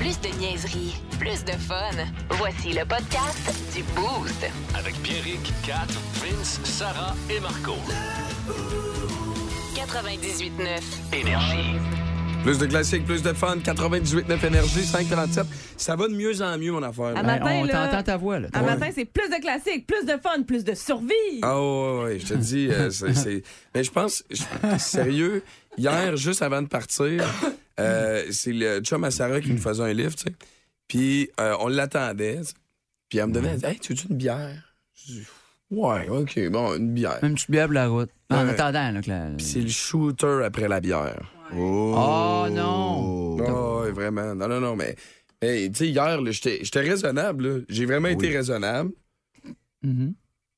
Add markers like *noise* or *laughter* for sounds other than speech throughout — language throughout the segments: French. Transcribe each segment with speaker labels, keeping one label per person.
Speaker 1: Plus de niaiserie, plus de fun. Voici le podcast du Boost.
Speaker 2: Avec Pierrick, Kat, Vince, Sarah et Marco.
Speaker 1: 98.9.
Speaker 2: Énergie.
Speaker 3: Plus de classique, plus de fun, 98.9 énergie, 537. Ça va de mieux en mieux, mon affaire. hein?
Speaker 4: À
Speaker 3: là.
Speaker 4: matin,
Speaker 5: on
Speaker 4: là,
Speaker 5: t'entend ta voix, là.
Speaker 4: À
Speaker 3: Ouais.
Speaker 4: matin, c'est plus de classique, plus de fun, plus de survie.
Speaker 3: Ah ouais, ouais, ouais, je te dis, euh, c'est- c'est- Mais je pense, je- sérieux, hier, juste avant de partir, euh, c'est le chum à Sarah qui nous faisait un livre, tu sais. Puis euh, on l'attendait, tu sais. puis elle me donnait, elle dit, hey, tu veux une bière? Je dis, ouais, ok, bon, une bière.
Speaker 5: Même tu bière pour la route. Ah, En
Speaker 3: Ouais.
Speaker 5: attendant, là, que la-
Speaker 3: Puis c'est le shooter après la bière.
Speaker 5: Oh non!
Speaker 3: Non, ouais, vraiment. Non, non, non, mais. hey, tu sais, hier, là, j'étais j'étais raisonnable. là. J'ai vraiment été raisonnable.
Speaker 5: Mhm.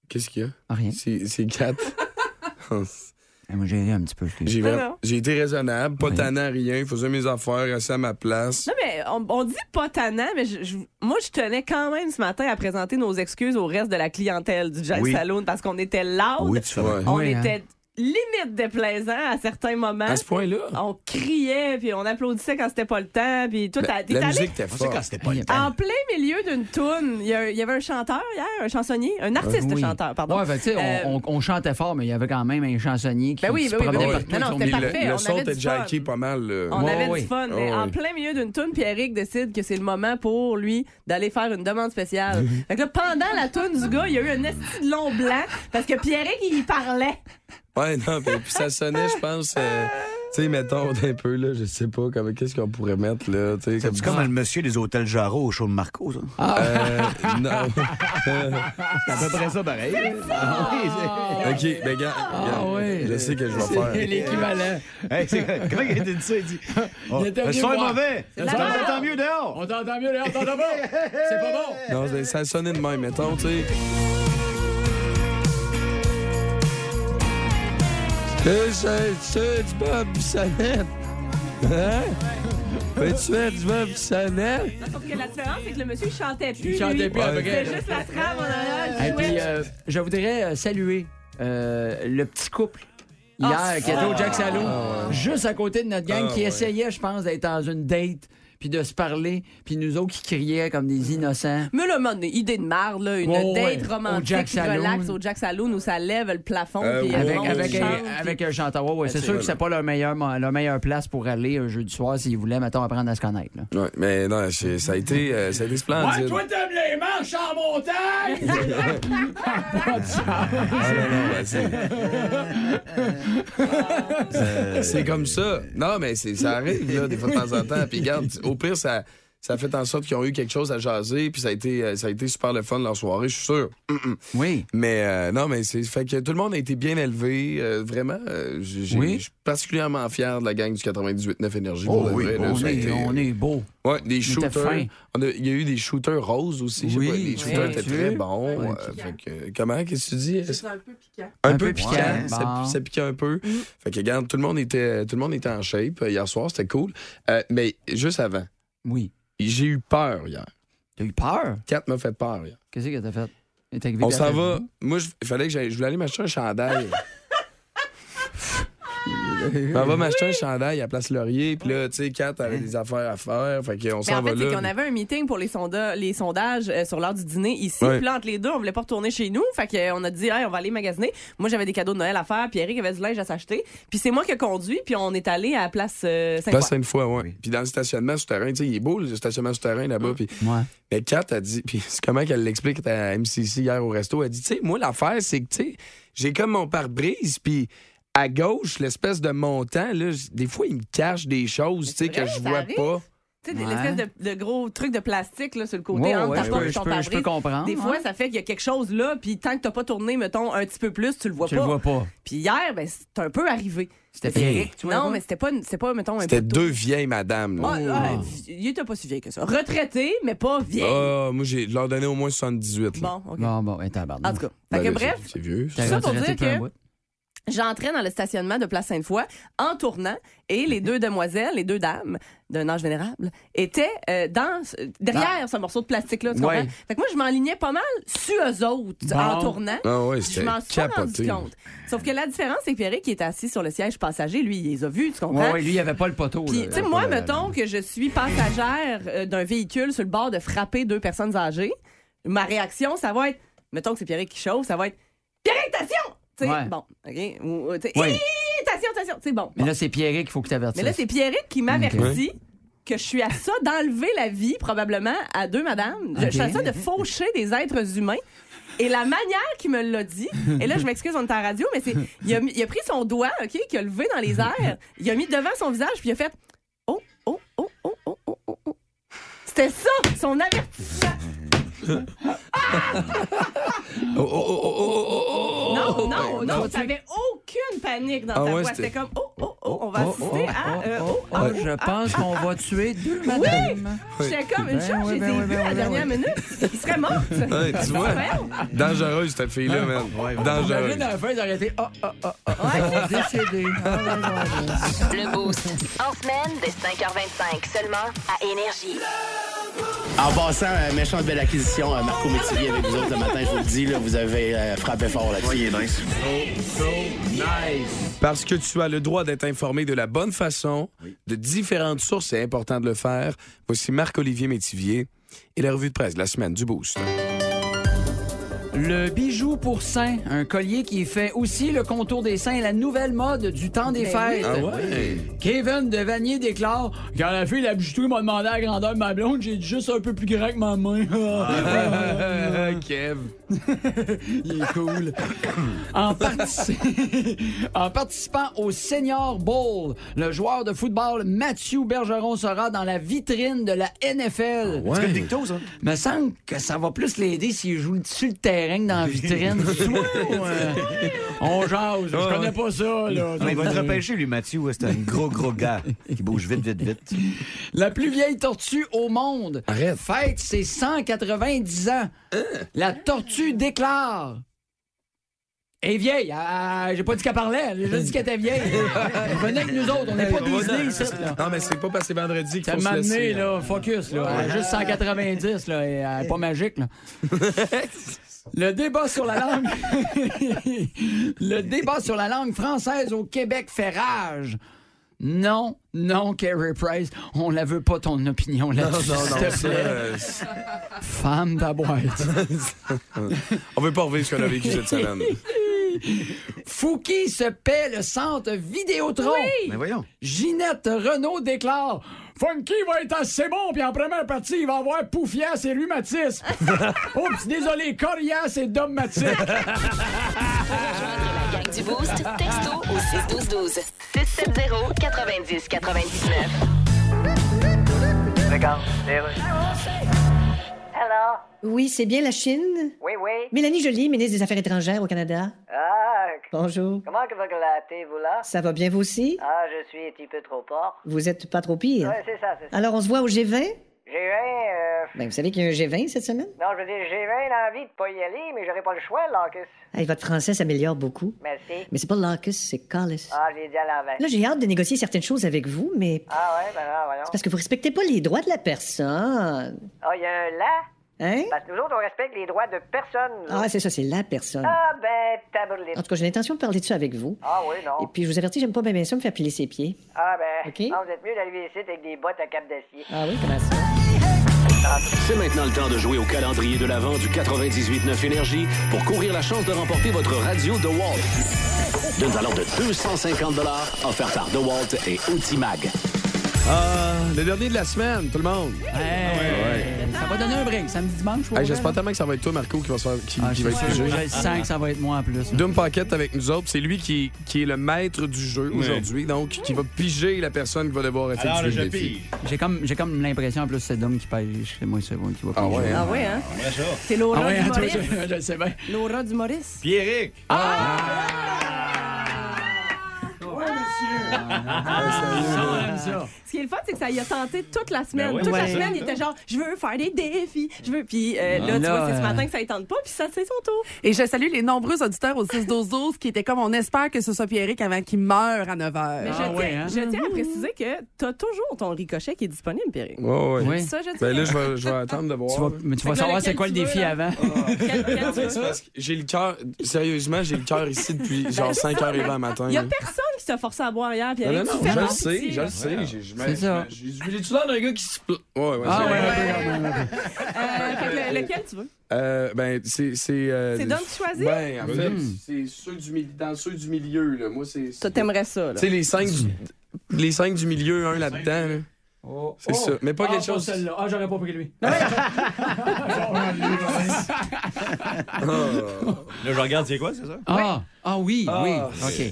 Speaker 3: Qu'est-ce qu'il y a?
Speaker 6: Hein?
Speaker 5: Ah, Rien.
Speaker 3: C'est c'est Kat.
Speaker 6: *laughs*
Speaker 5: Eh, Moi, j'ai ri un petit peu. je
Speaker 3: J'ai
Speaker 4: Non,
Speaker 3: vra-
Speaker 4: Ah non.
Speaker 3: j'ai été raisonnable, pas
Speaker 5: Ouais.
Speaker 3: tannant, rien. Faisais mes affaires, restais à ma place.
Speaker 4: Non, mais on, on dit pas tannant, mais je- je- moi, je tenais quand même ce matin à présenter nos excuses au reste de la clientèle du Jazz
Speaker 6: Oui.
Speaker 4: Saloon parce qu'on était loud.
Speaker 6: Oui, tu fais.
Speaker 3: Ouais.
Speaker 4: on
Speaker 5: Oui, hein.
Speaker 4: était limite déplaisant à certains moments.
Speaker 3: À ce point-là,
Speaker 4: On criait, puis on applaudissait quand c'était pas le temps. Puis toi, t'as-
Speaker 3: la,
Speaker 4: t'es
Speaker 3: la
Speaker 4: allé
Speaker 3: musique était
Speaker 6: On sait quand
Speaker 3: forte.
Speaker 6: c'était pas le
Speaker 5: Ah,
Speaker 6: temps.
Speaker 4: en plein milieu d'une toune. Il y, a- il y avait un chanteur hier, un chansonnier, un artiste chanteur, pardon.
Speaker 5: Ouais, fait, que, tu sais,
Speaker 4: Euh,
Speaker 5: on, on- on chantait fort, mais il y avait quand même un chansonnier qui,
Speaker 4: Ben oui,
Speaker 5: qui se
Speaker 4: ben oui, ben
Speaker 5: promenait
Speaker 4: oui.
Speaker 5: partout.
Speaker 4: Non, non,
Speaker 5: sur
Speaker 4: c'était
Speaker 5: les-
Speaker 3: le,
Speaker 4: parfait,
Speaker 3: le
Speaker 4: on
Speaker 3: son
Speaker 4: avait
Speaker 3: était
Speaker 4: du
Speaker 3: jacké pas mal. là.
Speaker 4: On
Speaker 5: Ouais,
Speaker 4: avait
Speaker 5: ouais.
Speaker 4: du fun,
Speaker 3: Ah,
Speaker 4: mais en
Speaker 3: ouais.
Speaker 4: plein milieu d'une toune, puis Eric décide que c'est le moment pour lui d'aller faire une
Speaker 5: *laughs*
Speaker 4: demande spéciale. fait que là, pendant la toune du gars, il y a eu un esti de long blanc parce que Pierrick, il y parlait.
Speaker 3: Ouais, non, puis, puis ça sonnait, je pense. euh, tu sais, mettons un peu, là, je sais pas, comment- qu'est-ce qu'on pourrait mettre, là. tu sais,
Speaker 6: C'est comme le monsieur des hôtels Jarreau au show de Marco, ça.
Speaker 3: Euh, non.
Speaker 6: Ah, *laughs* C'est à peu près ça, pareil. Ah oui, c'est-
Speaker 3: OK, ben, gars, gars,
Speaker 5: Ah ouais.
Speaker 3: je sais que je vais faire.
Speaker 5: C'est l'équivalent.
Speaker 6: Hey, c'est- Comment il a dit ça? Il dit oh,
Speaker 5: était
Speaker 6: Le
Speaker 5: venu
Speaker 6: son est
Speaker 5: voir.
Speaker 6: mauvais. On
Speaker 4: la merde.
Speaker 6: t'entend mieux dehors.
Speaker 5: On t'entend mieux, là, on t'entend pas! C'est pas bon!
Speaker 3: Non, c'est- ça sonnait de même, mettons, tu sais. Que c'est c'est du Bob Bissonnette? Hein? Peux-tu faire du Bob Bissonnette?
Speaker 4: Sauf que la différence, c'est que le monsieur, il chantait plus.
Speaker 5: Il chantait
Speaker 4: lui.
Speaker 5: plus, à peu près.
Speaker 4: C'était juste la trame en
Speaker 5: Et
Speaker 4: arrière. il
Speaker 5: puis,
Speaker 4: jouait.
Speaker 5: euh, je voudrais euh, saluer euh, le petit couple hier
Speaker 4: Ah,
Speaker 5: qui était au Jack Saloon, juste à côté de notre gang,
Speaker 3: Ah,
Speaker 5: qui
Speaker 3: ouais.
Speaker 5: essayait, je pense, d'être dans une date, puis de se parler, puis nous autres qui criaient comme des innocents.
Speaker 4: Mais là, man, idée de marde, là, une
Speaker 5: Ouais, ouais.
Speaker 4: date
Speaker 5: Au Jack
Speaker 4: romantique,
Speaker 5: Saloon.
Speaker 4: relax au Jack Saloon où ça lève le plafond.
Speaker 3: Euh,
Speaker 4: puis
Speaker 3: ouais.
Speaker 5: Avec,
Speaker 4: on
Speaker 5: avec,
Speaker 4: chante,
Speaker 5: un, avec un chanteur. Ouais, ouais, Ben, c'est
Speaker 3: c'est
Speaker 5: sûr que
Speaker 3: vrai.
Speaker 5: c'est pas leur meilleur, mo- leur meilleure place pour aller un jeu du soir s'ils voulaient, mettons, apprendre à se connaître. là.
Speaker 3: Ouais, mais non, c'est- ça a été, euh, ça a été splendide.
Speaker 5: Ah, t'aimes les marches en montagne!
Speaker 3: Ah, non, non, ben,
Speaker 7: *laughs*
Speaker 3: c'est- c'est comme ça. Non, mais c'est- ça arrive, là, des fois de temps en temps. Puis, regarde, au pire, ça, ça a fait en sorte qu'ils ont eu quelque chose à jaser, puis ça a été, euh, ça a été super le fun leur soirée, je suis sûr.
Speaker 5: Oui.
Speaker 3: Mais euh, non, mais c'est fait que tout le monde a été bien élevé, euh, vraiment. euh, j'ai- j'ai-
Speaker 5: Oui.
Speaker 3: Je suis particulièrement fier de la gang du 98.9 Énergie.
Speaker 5: Oh
Speaker 3: pour de
Speaker 5: oui,
Speaker 3: vrai, là,
Speaker 5: on,
Speaker 3: ça a
Speaker 5: est,
Speaker 3: été- euh,
Speaker 5: on est beau.
Speaker 3: Ouais, des shooters.
Speaker 5: fins.
Speaker 3: On a- Il y a eu des shooters roses aussi. je sais
Speaker 5: Oui,
Speaker 3: pas, les shooters
Speaker 5: oui,
Speaker 3: étaient
Speaker 5: tu
Speaker 3: très
Speaker 5: veux.
Speaker 3: bons.
Speaker 5: Ouais,
Speaker 3: euh, fait que, comment, qu'est-ce que tu dis?
Speaker 5: Un peu piquant. Mm.
Speaker 3: ça,
Speaker 5: Bon.
Speaker 3: ça piquait un peu. Fait que, regarde, tout le monde était, tout le monde était en shape. euh, Hier soir, c'était cool. Euh, mais juste avant,
Speaker 5: Oui.
Speaker 3: j'ai eu peur hier.
Speaker 5: T'as eu peur?
Speaker 3: Kat m'a fait peur hier.
Speaker 5: Qu'est-ce que t'as fait? T'es arrivé
Speaker 3: On s'en
Speaker 5: derrière
Speaker 3: va.
Speaker 5: vous?
Speaker 3: Moi, je- il fallait que j'aille- je voulais aller m'acheter un chandail. Je m'en va m'acheter un chandail à Place Laurier. Puis là, tu sais, Kat avait des affaires à faire. Fait qu'on
Speaker 4: Mais
Speaker 3: s'en
Speaker 4: en
Speaker 3: va
Speaker 4: fait, c'est
Speaker 3: là.
Speaker 4: qu'on avait un meeting pour les, sonda- les sondages euh, sur l'heure du dîner ici.
Speaker 3: Ouais.
Speaker 4: Puis là, entre les deux, on voulait pas retourner chez nous. Fait qu'on a dit, Hey, on va aller magasiner. Moi, j'avais des cadeaux de Noël à faire. Puis Eric avait du linge à s'acheter. Puis c'est moi qui ai conduit. Puis on est allé à la place euh, Sainte-Foy.
Speaker 3: Place une fois, ouais. Puis dans le stationnement souterrain, tu sais, il est beau le stationnement souterrain là-bas. Puis
Speaker 5: Ouais.
Speaker 3: Mais Kat a dit, puis c'est comment qu'elle l'explique à MCC hier au resto, elle dit, tu sais, moi, l'affaire, c'est que, tu sais, j'ai comme mon pare-brise, puis à gauche, l'espèce de montant, là, j- des fois, il me cache des choses, tu sais,
Speaker 4: c'est
Speaker 3: que
Speaker 4: vrai,
Speaker 3: je
Speaker 4: ça
Speaker 3: vois
Speaker 4: arrive.
Speaker 3: pas.
Speaker 4: Tu sais, des-
Speaker 5: Ouais.
Speaker 4: l'espèce de, de gros truc de plastique là, sur le côté
Speaker 5: Ouais,
Speaker 4: entre
Speaker 5: ouais,
Speaker 4: ta
Speaker 5: je
Speaker 4: porte
Speaker 5: peux-
Speaker 4: et ton
Speaker 5: je peux- je peux
Speaker 4: pare-brise.
Speaker 5: comprendre,
Speaker 4: Des fois,
Speaker 5: ouais.
Speaker 4: ça fait qu'il y a quelque chose là. Puis tant que t'as pas tourné, mettons, un petit peu plus, tu le vois
Speaker 5: Tu le
Speaker 4: pas.
Speaker 5: vois pas.
Speaker 4: Puis hier, ben, c'est un peu arrivé.
Speaker 5: C'était
Speaker 4: Eric,
Speaker 5: Pierrick, tu vois.
Speaker 4: Non,
Speaker 5: pas?
Speaker 4: mais c'était pas, une- c'était pas, mettons, un
Speaker 3: C'était
Speaker 4: poteau.
Speaker 3: deux vieilles madames, là.
Speaker 4: Ah, ah, il était pas si vieille que ça. Retraité, mais pas vieille.
Speaker 3: Ah, moi, j'ai je leur donné au moins 78, là.
Speaker 4: Bon, OK.
Speaker 5: Bon, bon, et tabarnak.
Speaker 4: En tout cas.
Speaker 3: Ben
Speaker 4: Fait que
Speaker 3: là,
Speaker 4: bref,
Speaker 3: c'est- C'est vieux, ça.
Speaker 5: T'as-
Speaker 4: ça
Speaker 5: t'as
Speaker 4: pour
Speaker 5: raté
Speaker 4: dire
Speaker 5: plein
Speaker 4: que-
Speaker 5: de boîtes.
Speaker 4: J'entrais dans le stationnement de Place Sainte-Foy en tournant et
Speaker 5: Mhm.
Speaker 4: les deux demoiselles, les deux dames d'un âge vénérable, étaient euh, dans, ce- derrière ce morceau de plastique-là. Tu
Speaker 5: Ouais.
Speaker 4: comprends? Fait que moi, je m'enlignais pas mal sur eux autres en
Speaker 5: Bon. Ben,
Speaker 4: tournant.
Speaker 3: Ah ouais,
Speaker 4: Je
Speaker 3: c'était
Speaker 4: m'en suis
Speaker 3: capoté.
Speaker 4: pas rendu compte. Sauf que la différence, c'est que Pierre qui est assis sur le siège passager, lui, il les a vus, tu comprends?
Speaker 5: Ouais, ouais, lui, il avait pas le poteau.
Speaker 4: Puis,
Speaker 5: Oh là.
Speaker 4: tu sais, moi, mettons que je suis passagère euh, d'un véhicule sur le bord de frapper deux personnes âgées, ma réaction, ça va être, mettons que c'est Pierre qui chauffe, ça va être Pierre, attention! Tu sais,
Speaker 5: Ouais.
Speaker 4: bon, OK? Ou, euh, tu sais,
Speaker 5: Ouais.
Speaker 4: Hi, attention, attention! Tu sais, bon.
Speaker 5: Mais là, c'est Pierrick qu'il faut que tu avertisses.
Speaker 4: Mais là, c'est Pierrick qui m'avertit que je suis à ça d'enlever la vie, probablement, à deux madames. Je, je suis à
Speaker 5: Ok.
Speaker 4: ça de faucher des êtres humains. Et la manière qu'il me l'a dit, et là, je m'excuse, on est en radio, mais c'est. Il a, mis- il a pris son doigt, OK, qu'il a levé dans les airs, il a mis devant son visage, puis il a fait Oh, oh, oh, oh, oh, oh, oh, oh. C'était ça, son avertissement.
Speaker 3: Ah! Oh, oh, oh, oh, oh, oh, oh,
Speaker 4: Non,
Speaker 3: oh,
Speaker 4: non,
Speaker 3: oh,
Speaker 4: non, t'avais aucune panique dans
Speaker 3: Ah
Speaker 4: ta
Speaker 3: ouais,
Speaker 4: voix. C'était
Speaker 3: c'était-
Speaker 4: comme Oh, oh, oh, on va assister à. euh, oh, ah,
Speaker 5: Ah, je pense qu'on va tuer deux madames.
Speaker 4: oh. J'étais comme une
Speaker 5: Ben
Speaker 4: chance,
Speaker 5: ouais,
Speaker 4: j'ai
Speaker 5: ben ouais,
Speaker 4: vu
Speaker 5: ben
Speaker 4: à la
Speaker 5: ouais,
Speaker 4: dernière
Speaker 5: ben
Speaker 4: minute. Il serait morte.
Speaker 3: Ouais, tu vois.
Speaker 4: Voyons.
Speaker 3: Dangereuse, cette fille-là,
Speaker 6: Euh,
Speaker 3: man. Dangereuse.
Speaker 5: J'imagine à la fin, ils auraient été, Ah, ah, ah, ah,
Speaker 4: Ouais.
Speaker 5: décédés. Ah, ouais, ouais.
Speaker 1: Le Boost. En semaine dès 5h25 seulement à Énergie.
Speaker 8: En passant, euh, méchante belle acquisition, euh, Marco Métivier avec vous autres ce matin, je vous le dis, là, vous avez euh, frappé fort là-dessus.
Speaker 3: Parce que tu as le droit d'être informé de la bonne façon, de différentes sources, c'est important de le faire. Voici Marc-Olivier Métivier et la revue de presse de la semaine du Boost.
Speaker 5: Le bijou pour saint, un collier qui fait aussi le contour des seins et la nouvelle mode du temps des
Speaker 4: Ben
Speaker 5: fêtes.
Speaker 3: Ah ouais?
Speaker 5: Kevin Devanier déclare Quand la fille de la bijouterie m'a demandé la grandeur de ma blonde, j'ai dit juste un peu plus grand que ma main.
Speaker 3: euh, Kev.
Speaker 5: Il est cool. en, partici- *laughs* en participant au Senior Bowl, le joueur de football Mathieu Bergeron sera dans la vitrine de la NFL.
Speaker 6: Ah
Speaker 3: Ouais.
Speaker 5: Me semble que ça va plus l'aider s'il joue sur le terrain que dans
Speaker 6: *laughs*
Speaker 5: la vitrine. Tu vois, ou, euh, on jase. Je connais pas ça. Là.
Speaker 6: Ah, il va être repêché, lui, Mathieu. ouais, C'est un gros, gros gars qui bouge vite, vite, vite.
Speaker 5: La plus vieille tortue au monde
Speaker 3: Arrête.
Speaker 5: fête ses 190 ans. La tortue déclare. Elle est vieille. Ah, J'ai pas dit qu'elle parlait. J'ai juste dit qu'elle était vieille. Elle venait avec nous autres. On n'est pas Disney ici. Là.
Speaker 3: Non, mais c'est pas passé vendredi qu'il
Speaker 5: Ça
Speaker 3: faut
Speaker 5: m'a
Speaker 3: se
Speaker 5: amené,
Speaker 3: laisser. hein.
Speaker 5: là, focus, là. Elle a Juste 190, là. et Elle est pas magique, là.
Speaker 3: *laughs*
Speaker 5: Le débat sur la langue. *laughs* Le débat sur la langue française au Québec fait rage. Non, non, Carrie Price, on la veut pas ton opinion là-dessus.
Speaker 3: Non,
Speaker 5: s'il
Speaker 3: non,
Speaker 5: te
Speaker 3: ça,
Speaker 5: plaît.
Speaker 3: euh, c'est-
Speaker 5: Femme ta
Speaker 3: *laughs*
Speaker 5: boîte.
Speaker 3: on veut pas revivre ce qu'on a vécu cette *laughs* semaine.
Speaker 5: Fouki se paie le centre Vidéotron.
Speaker 6: Mais voyons.
Speaker 5: Ginette Renault déclare Funky va être assez bon, puis en première partie, il va avoir poufias et *laughs* rhumatisme. Oups, désolé, coriace et *laughs* dogmatisme.
Speaker 1: La gang du Boost, texto au 612-12. 670-90-99.
Speaker 9: Alors?
Speaker 10: Oui, c'est bien la Chine.
Speaker 9: Oui, oui.
Speaker 10: Mélanie Joly, ministre des Affaires étrangères au Canada.
Speaker 9: Ah,
Speaker 10: Bonjour.
Speaker 9: comment que vous glattez, vous là?
Speaker 10: Ça va bien vous aussi?
Speaker 9: Ah, je suis un petit peu trop fort.
Speaker 10: Vous êtes pas trop pire.
Speaker 9: Ouais, c'est ça, c'est ça.
Speaker 10: Alors, on se voit au G20?
Speaker 9: J'ai bien, euh...
Speaker 10: Ben, vous savez qu'il y a un G20 cette semaine?
Speaker 9: Non, je veux dire, j'ai bien l'envie de pas y aller, mais j'aurais pas le choix, Lacus.
Speaker 10: Hey, votre français s'améliore beaucoup.
Speaker 9: Merci.
Speaker 10: Mais c'est pas Lacus, c'est Callis.
Speaker 9: Ah, je l'ai dit à l'envers.
Speaker 10: Là, j'ai hâte de négocier certaines choses avec vous, mais
Speaker 9: Ah ouais, ben là, voyons.
Speaker 10: c'est parce que vous respectez pas les droits de la personne.
Speaker 9: Ah, il y a un là?
Speaker 10: Hein?
Speaker 9: Parce que nous autres, on respecte les droits de personne, nous
Speaker 10: Ah,
Speaker 9: autres.
Speaker 10: c'est ça, c'est la personne.
Speaker 9: Ah, ben, taboulé.
Speaker 10: En tout cas, j'ai l'intention de parler de ça avec vous.
Speaker 9: Ah oui, non.
Speaker 10: Et puis, je vous avertis, j'aime pas bien, bien ça me faire piler ses pieds.
Speaker 9: Ah, ben,
Speaker 10: Ok.
Speaker 9: non, vous êtes mieux d'arriver ici avec des bottes à cap d'acier.
Speaker 10: Ah oui, comment ça?
Speaker 2: C'est maintenant le temps de jouer au calendrier de l'Avent du 98.9 Énergie pour courir la chance de remporter votre radio DeWalt. D'une valeur de 250 offerte par DeWalt et Ultimag.
Speaker 3: Ah, le dernier de la semaine, tout le monde.
Speaker 5: Ça va donner un break, samedi dimanche.
Speaker 3: Hey, J'espère tellement que ça va être toi, Marco, qui va se faire- qui-
Speaker 5: Ah,
Speaker 3: qui
Speaker 5: je,
Speaker 3: va être jugé.
Speaker 5: je le sens que ça va être moi en plus.
Speaker 3: Doom Pocket avec nous autres, c'est lui qui, qui est le maître du jeu aujourd'hui, donc qui va piger la personne qui va devoir effectuer
Speaker 8: Alors,
Speaker 3: le
Speaker 8: je
Speaker 3: défi.
Speaker 8: pige.
Speaker 5: J'ai comme, j'ai comme l'impression en plus c'est Dom qui paye. C'est moi, c'est moi qui va
Speaker 3: Ah
Speaker 5: payer.
Speaker 3: ouais, hein?
Speaker 4: Ah ouais, hein? C'est l'aura
Speaker 5: Ah ouais,
Speaker 4: du
Speaker 5: attends, *laughs*
Speaker 4: Maurice.
Speaker 5: je, je sais bien.
Speaker 4: L'aura du Maurice.
Speaker 3: Ah!
Speaker 6: Pierrick.
Speaker 5: Ah!
Speaker 11: Ah,
Speaker 5: Ça, on aime ça.
Speaker 4: Ce qui est le fun, c'est que ça y a tenté toute la semaine.
Speaker 6: Ben ouais.
Speaker 4: toute la
Speaker 6: Ouais.
Speaker 4: semaine, il était genre, je veux faire des défis, je veux. Puis euh, là,
Speaker 5: Ah.
Speaker 4: tu
Speaker 5: Là,
Speaker 4: vois, c'est
Speaker 5: euh,
Speaker 4: ce matin que ça y tente pas, puis ça, c'est son tour.
Speaker 11: Et je salue les nombreux auditeurs au 6-12-12 qui étaient comme on espère que ce soit Pierrick avant qu'il meure à 9
Speaker 4: Mais
Speaker 11: h.
Speaker 5: Ah
Speaker 4: je,
Speaker 5: ouais,
Speaker 4: tiens,
Speaker 5: hein?
Speaker 4: je
Speaker 11: Mm-hmm.
Speaker 4: tiens à préciser que t'as toujours ton ricochet qui est disponible, Pierre.
Speaker 3: Ouais, ouais.
Speaker 5: Oui.
Speaker 4: Ça, je tiens.
Speaker 3: Ben là, je vais, je vais attendre de voir.
Speaker 5: Tu vas, mais tu vas
Speaker 4: que là,
Speaker 5: savoir
Speaker 4: lequel
Speaker 5: c'est quoi le
Speaker 4: tu veux,
Speaker 5: défi
Speaker 4: là?
Speaker 5: avant.
Speaker 3: *laughs*
Speaker 4: Quel- quel tu
Speaker 3: C'est
Speaker 4: veux.
Speaker 3: parce que j'ai le cœur, sérieusement, j'ai le cœur ici depuis genre 5h20 matin.
Speaker 4: Il y a
Speaker 3: là.
Speaker 4: personne qui t'a forcé à boire hier, Pierre.
Speaker 3: Non, non,
Speaker 4: Tu
Speaker 3: non,
Speaker 4: fais
Speaker 3: je le
Speaker 4: partie.
Speaker 3: sais, je le sais. j'ai- je me-
Speaker 5: C'est ça.
Speaker 3: je me- J'ai j'ai l'air d'un gars qui se. pla- Ouais, ouais.
Speaker 5: Ah
Speaker 3: c'est-
Speaker 5: ouais, ouais, ouais, ouais. Ah,
Speaker 4: Euh, fait que le- lequel tu veux?
Speaker 3: Euh, ben, c'est. C'est euh,
Speaker 4: C'est donc de choisir?
Speaker 3: Ben, en fait, c'est ceux du, mi- dans ceux du milieu, là. Moi, c'est.
Speaker 4: Ça,
Speaker 3: Tu
Speaker 4: t'aimerais ça, là.
Speaker 3: sais, les cinq du. Les cinq du milieu, un là-dedans. là.
Speaker 5: Oh,
Speaker 3: C'est
Speaker 5: oh.
Speaker 3: ça. Mais pas
Speaker 5: Ah,
Speaker 3: quelque chose.
Speaker 5: celle-là. Ah, j'aurais pas pris lui.
Speaker 6: Là, je regarde, c'est quoi, c'est ça?
Speaker 5: Ah, ah oui, oui. OK.